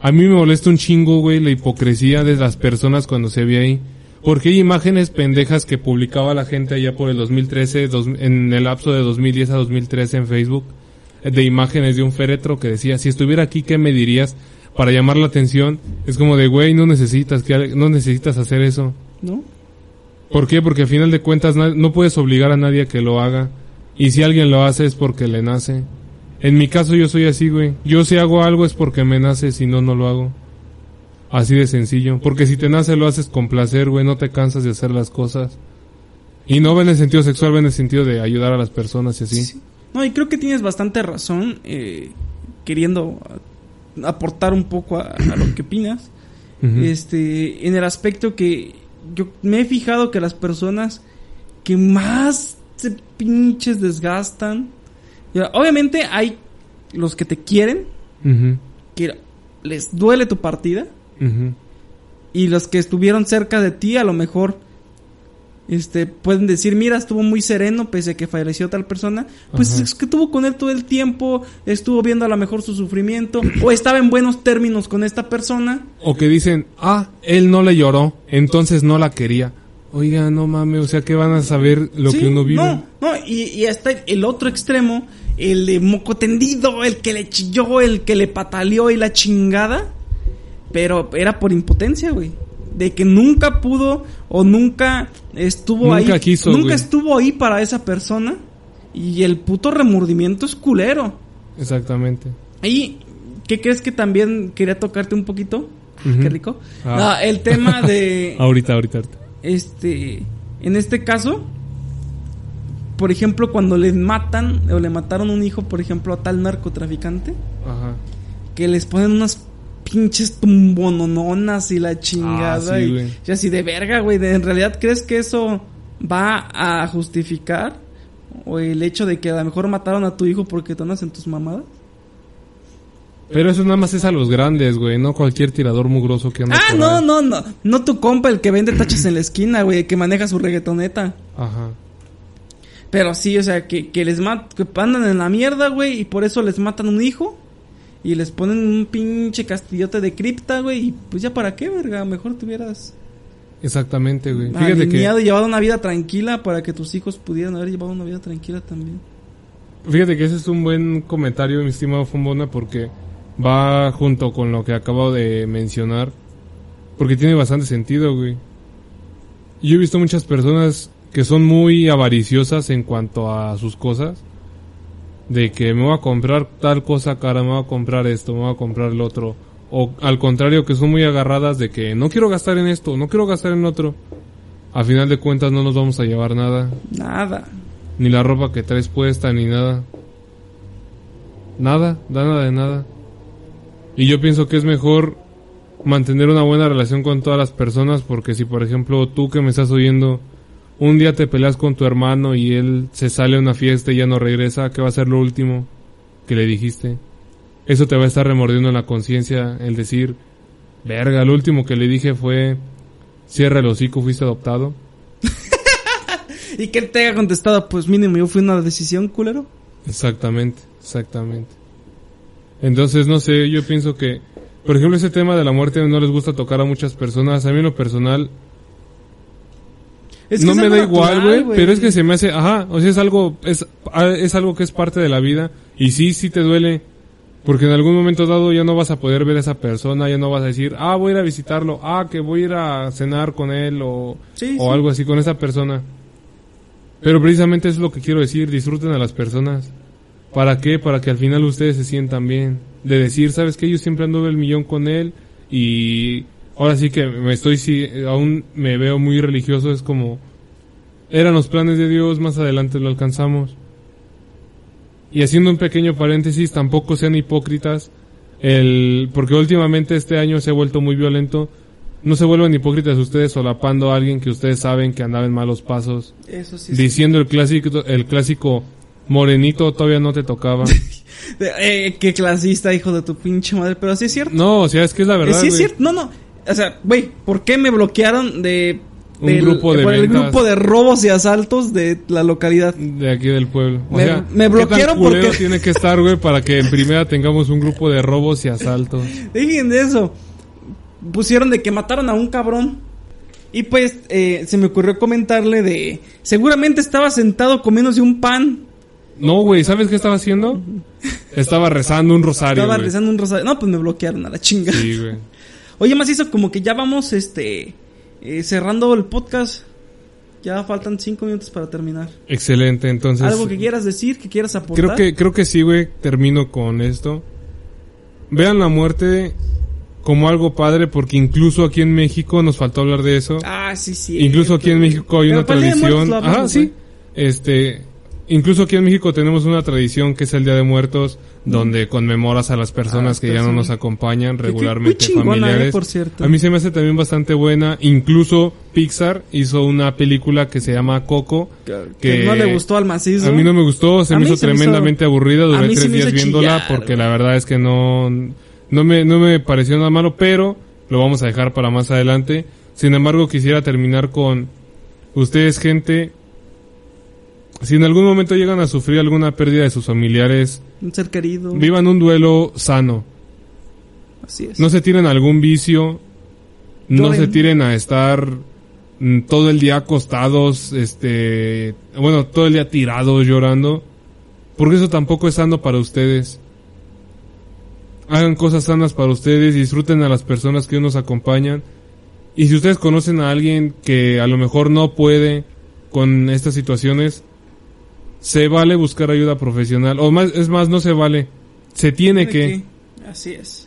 A mí me molesta un chingo, güey, la hipocresía de las personas cuando se ve ahí. Porque hay imágenes pendejas que publicaba la gente allá por el 2013, dos- en el lapso de 2010 a 2013 en Facebook, de imágenes de un féretro que decía, si estuviera aquí, ¿qué me dirías? Para llamar la atención, es como de, güey, no necesitas, que, no necesitas hacer eso.
¿No?
¿Por qué? Porque al final de cuentas na- no puedes obligar a nadie a que lo haga. Y si alguien lo hace es porque le nace. En mi caso yo soy así, güey. Yo si hago algo es porque me nace, si no, no lo hago. Así de sencillo. Porque si te nace lo haces con placer, güey. No te cansas de hacer las cosas. Y no va en el sentido sexual, va en el sentido de ayudar a las personas y así.
No, y creo que tienes bastante razón eh, queriendo a- aportar un poco a, a lo que opinas.
Ujú.
Este, en el aspecto que yo me he fijado que las personas que más se pinches desgastan. y obviamente hay los que te quieren,
Ujú.
que les duele tu partida.
Ujú.
Y los que estuvieron cerca de ti, a lo mejor. Este, pueden decir, mira, estuvo muy sereno pese a que falleció tal persona. Pues
Ajá.
es que estuvo con él todo el tiempo, estuvo viendo a lo mejor su sufrimiento, o estaba en buenos términos con esta persona.
O que dicen, ah, él no le lloró, entonces no la quería. Oiga, no mames, o sea que van a saber lo
Sí,
que uno vive.
No, no, y, y hasta el otro extremo, el de moco tendido, el que le chilló, el que le pataleó y la chingada. Pero era por impotencia, güey. De que nunca pudo o nunca estuvo ahí.
Nunca quiso,
Nunca
güey.
estuvo ahí para esa persona. Y el puto remordimiento es culero.
Exactamente.
Y, ¿qué crees que también quería tocarte un poquito?
Ujú.
Qué rico.
Ah.
Ah, el tema de.
Ahorita, ahorita, ahorita.
Este, en este caso, por ejemplo, cuando le matan o le mataron un hijo, por ejemplo, a tal narcotraficante,
Ajá.
que les ponen unas pinches tumbonononas y la chingada.
Ah, sí,
y-
güey.
y, así de verga, güey. de- ¿En realidad crees que eso va a justificar o el hecho de que a lo mejor mataron a tu hijo porque te andas en tus mamadas?
Pero eso nada más es a los grandes, güey, no cualquier tirador mugroso que anda
Ah,
por
no,
ahí.
no, no. No tu compa, el que vende tachas en la esquina, güey, el que maneja su reggaetoneta.
Ajá.
Pero sí, o sea, que, que les mat que andan en la mierda, güey, y por eso les matan un hijo. Y les ponen un pinche castillote de cripta, güey. Y pues ya para qué, verga. Mejor te hubieras
Exactamente, güey. Fíjate
alineado
que,
y llevado una vida tranquila para que tus hijos pudieran haber llevado una vida tranquila también.
fíjate que ese es un buen comentario, mi estimado Fombona, porque va junto con lo que acabo de mencionar. Porque tiene bastante sentido, güey. Yo he visto muchas personas que son muy avariciosas en cuanto a sus cosas. De que me voy a comprar tal cosa cara, me voy a comprar esto, me voy a comprar el otro. O al contrario, que son muy agarradas de que no quiero gastar en esto, no quiero gastar en otro. Al final de cuentas no nos vamos a llevar nada.
Nada.
Ni la ropa que traes puesta, ni nada. Nada, nada de nada. Y yo pienso que es mejor mantener una buena relación con todas las personas porque si por ejemplo tú que me estás oyendo un día te peleas con tu hermano y él se sale a una fiesta y ya no regresa, ¿qué va a ser lo último que le dijiste? Eso te va a estar remordiendo en la conciencia el decir, verga, lo último que le dije fue, cierra el hocico, fuiste adoptado.
Y que él te haya contestado, pues mínimo, yo fui una decisión, culero.
Exactamente, exactamente. Entonces, no sé, yo pienso que, por ejemplo, ese tema de la muerte no les gusta tocar a muchas personas. A mí en lo personal
Es que
no
es
me
algo
da igual,
natural,
güey, pero es que se me hace, ajá, o sea, es algo, es, a- es algo que es parte de la vida y sí, sí te duele, porque en algún momento dado ya no vas a poder ver a esa persona, ya no vas a decir, ah, voy a ir a visitarlo, ah, que voy a ir a cenar con él o,
Sí,
o
sí.
algo así con esa persona. Pero precisamente eso es lo que quiero decir, disfruten a las personas. ¿Para qué? Para que al final ustedes se sientan bien. De decir, ¿sabes qué? Yo siempre anduve el millón con él y ahora sí que me estoy, si aún me veo muy religioso, es como, eran los planes de Dios, más adelante lo alcanzamos. Y haciendo un pequeño paréntesis, tampoco sean hipócritas, el, porque últimamente este año se ha vuelto muy violento, No se vuelvan hipócritas ustedes solapando a alguien que ustedes saben que andaba en malos pasos.
Eso sí. sí.
Diciendo el clásico, el clásico morenito todavía no te tocaba.
Eh, qué clasista, hijo de tu pinche madre. Pero sí es cierto.
No, o sea, es que es la
Eh,
verdad.
sí es
güey.
cierto. No, no. O sea, güey, ¿por qué me bloquearon de.
Un
del-
grupo de
por el
ventas.
grupo de robos y asaltos de la localidad.
De aquí del pueblo. O
Me-
sea,
me
¿qué tan
bloquearon
culero
porque-
tiene que estar, güey, para que en primera tengamos un grupo de robos y asaltos.
Dejen de eso. Pusieron de que mataron a un cabrón. Y pues eh, se me ocurrió comentarle de. Seguramente estaba sentado comiéndose un pan.
No, güey, ¿sabes qué estaba haciendo? Estaba rezando un rosario.
Estaba
güey.
rezando un rosario. No, pues me bloquearon a la chinga.
Sí, güey.
Oye, más hizo como que ya vamos este eh, cerrando el podcast. Ya faltan cinco minutos para terminar.
Excelente, entonces.
Algo que quieras decir, que quieras aportar.
creo que creo que sí, güey, termino con esto. Vean la muerte como algo padre porque incluso aquí en México nos faltó hablar de eso.
Ah, sí, sí.
Incluso aquí en México hay
Pero
una
para el Día de
tradición.
Muertos lo hablamos,
Ajá, sí. Este, incluso aquí en México tenemos una tradición que es el Día de Muertos, donde conmemoras a las personas
Mm. Ah,
que ya no
personas.
nos acompañan
qué
regularmente
chingona, eh,
familiares.
por cierto.
A mí se me hace también bastante buena. Incluso Pixar hizo una película que se llama Coco.
Que, no le gustó al macizo.
A mí no me gustó, se
A
me
mí
hizo
se me hizo-
tremendamente aburrida,
a
duré
mí se
tres
me
días
hizo
viéndola
chillar,
porque
güey.
la verdad es que no, no, me, no me pareció nada malo, pero lo vamos a dejar para más adelante. Sin embargo, quisiera terminar con ustedes, gente. Si en algún momento llegan a sufrir alguna pérdida de sus familiares,
Un ser querido.
vivan un duelo sano.
Así es.
No se tiren a algún vicio. No
Lloren.
se tiren a estar mm, todo el día acostados, este, bueno, todo el día tirados llorando. Porque eso tampoco es sano para ustedes. Hagan cosas sanas para ustedes, disfruten a las personas que nos acompañan. Y si ustedes conocen a alguien que a lo mejor no puede con estas situaciones, se vale buscar ayuda profesional. O más, es más, no se vale. Se tiene
Tiene
que.
que- Así es.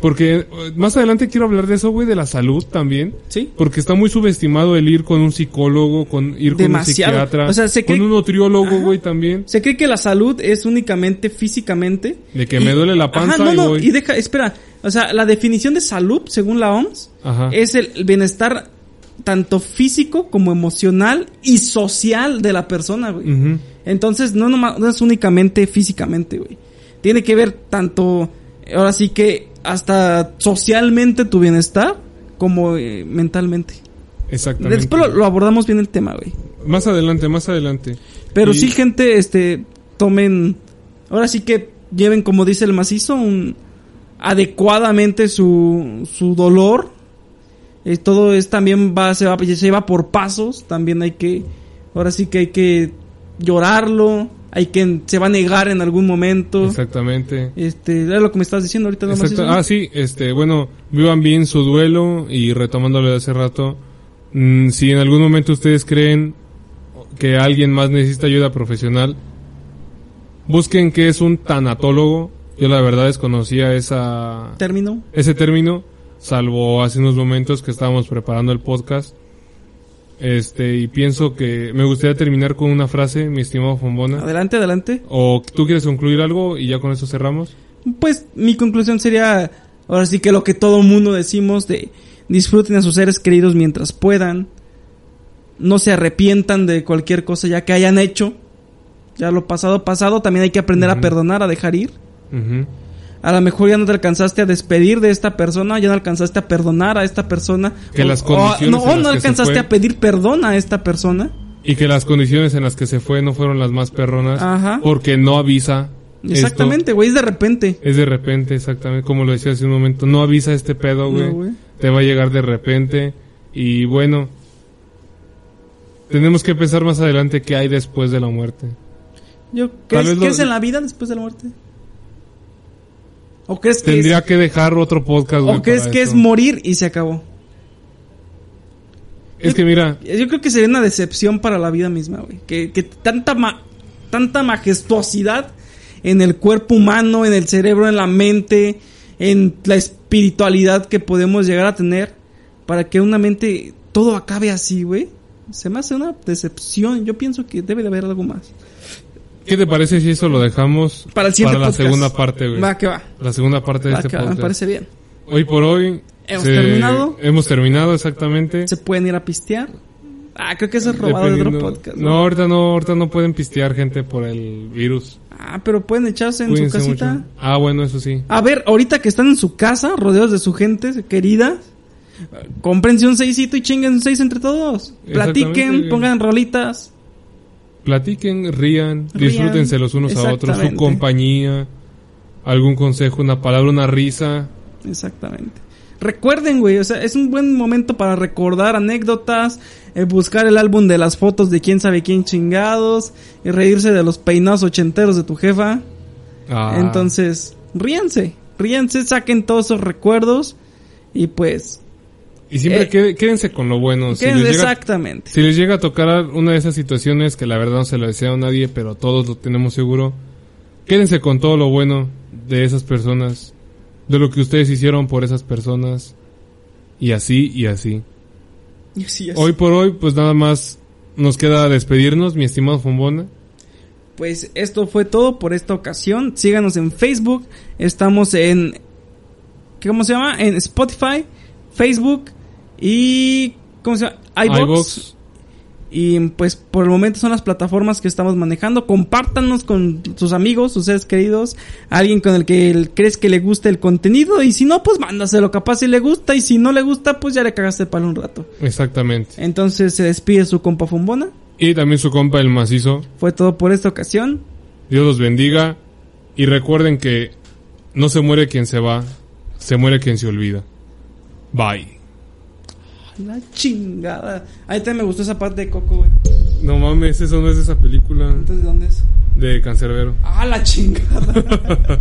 Porque eh, más adelante quiero hablar de eso, güey, de la salud también.
Sí.
Porque está muy subestimado el ir con un psicólogo, con ir con
Demasiado.
un psiquiatra,
O sea, se
con
cree-
un nutriólogo, güey, también.
Se cree que la salud es únicamente físicamente.
De que me duele la panza
Ajá, no,
y
no,
voy.
y deja, espera. O sea, la definición de salud, según la OMS,
Ajá.
es el bienestar tanto físico como emocional y social de la persona, güey.
Ujú.
Entonces, no, noma- no es únicamente físicamente, güey. Tiene que ver tanto, ahora sí que hasta socialmente tu bienestar como eh, mentalmente.
Exactamente.
Después lo, lo abordamos bien el tema, güey.
Más adelante, más adelante.
Pero
Y-
sí, gente, este, tomen, ahora sí que lleven, como dice el macizo, un, adecuadamente su, su dolor. Eh, todo es también va, se va, se va por pasos, también hay que, ahora sí que hay que llorarlo, hay que, se va a negar en algún momento.
Exactamente.
Este, era lo que me estabas diciendo ahorita, no
Exacto. Ah, sí, este, bueno, vivan bien su duelo y retomándolo de hace rato, mm, si en algún momento ustedes creen que alguien más necesita ayuda profesional, busquen que es un tanatólogo. Yo la verdad desconocía esa,
Término.
ese término, salvo hace unos momentos que estábamos preparando el podcast. Este, y pienso que me gustaría terminar con una frase, mi estimado Fombona.
Adelante, adelante.
¿O tú quieres concluir algo y ya con eso cerramos?
Pues mi conclusión sería, ahora sí que lo que todo mundo decimos de disfruten a sus seres queridos mientras puedan, no se arrepientan de cualquier cosa ya que hayan hecho, ya lo pasado pasado, también hay que aprender a
Ujú.
perdonar, a dejar ir.
Ujú.
A lo mejor ya no te alcanzaste a despedir de esta persona, ya no alcanzaste a perdonar a esta persona.
Que
o-
las
o-
condiciones en
no, o
las que
no
se
alcanzaste
fue.
a pedir perdón a esta persona.
Y que las condiciones en las que se fue no fueron las más perronas.
Ajá.
Porque no avisa. esto.
Exactamente, güey, es de repente.
es de repente, exactamente. Como lo decía hace un momento. No avisa este pedo, güey.
No, güey.
Te va a llegar de repente. Y bueno. Tenemos que pensar más adelante qué hay después de la muerte.
Yo,
Tal
¿Crees
vez
que
lo-
es en la vida después de la muerte? ¿O crees que es-
Tendría que dejar otro podcast, güey.
¿O crees
para
que es
esto.
morir y se acabó?
Es que mira,
Yo creo que sería una decepción para la vida misma, güey. Que, que tanta, ma- tanta majestuosidad en el cuerpo humano, en el cerebro, en la mente, en la espiritualidad que podemos llegar a tener, para que una mente todo acabe así, güey. Se me hace una decepción. Yo pienso que debe de haber algo más.
¿qué te parece si eso lo dejamos
Para el siguiente
la
podcast.
segunda parte, güey?
Va que va.
La segunda parte de
Va
este
que va, me
podcast.
parece bien.
Hoy por hoy
Hemos
Se-
terminado.
Hemos terminado, exactamente.
Se pueden ir a pistear. Ah, creo que eso es robado de otro
Dependiendo-
podcast.
No, ahorita no, ahorita no pueden pistear gente por el virus.
Ah, pero pueden echarse en
Cuídense
su casita.
mucho. Ah, bueno, eso sí.
A ver, ahorita que están en su casa, rodeados de su gente querida, eh, cómprense un seisito y chinguen un seis entre todos. Platiquen,
Exactamente.
pongan rolitas.
Platiquen, rían,
Rían.
disfrútense los unos a otros, su
Exactamente.
compañía, algún consejo, una palabra, una risa.
Exactamente. Recuerden, güey, o sea, es un buen momento para recordar anécdotas, eh, buscar el álbum de las fotos de quién sabe quién chingados, y reírse de los peinados ochenteros de tu jefa.
Ah,
Entonces, ríense, ríense, saquen todos esos recuerdos y pues,
y siempre
eh,
quede- quédense con lo bueno. Si
quédense-
les, llega,
exactamente.
si les llega a tocar una de esas situaciones que la verdad no se lo desea a nadie, pero todos lo tenemos seguro, quédense con todo lo bueno de esas personas, de lo que ustedes hicieron por esas personas, y así y así.
Y así es.
Hoy por hoy, pues nada más nos queda despedirnos, mi estimado Fombona.
Pues esto fue todo por esta ocasión. Síganos en Facebook. Estamos en. ¿qué- ¿Cómo se llama? En Spotify, Facebook y. ¿Cómo se llama? iVoox.
iVox.
Y pues por el momento son las plataformas que estamos manejando. Compártanos con sus amigos, sus seres queridos. Alguien con el que el- crees que le gusta el contenido. Y si no, pues mándaselo. Capaz si le gusta. Y si no le gusta, pues ya le cagaste el palo un rato.
Exactamente.
Entonces se despide su compa Fumbona.
Y también su compa el macizo.
Fue todo por esta ocasión.
Dios los bendiga. Y recuerden que no se muere quien se va, se muere quien se olvida. Bye.
La chingada. Ahí también me gustó esa parte de Coco, güey.
No mames, eso no es de esa película
Entonces, ¿dónde es?
de Cancerbero.
Ah, la chingada.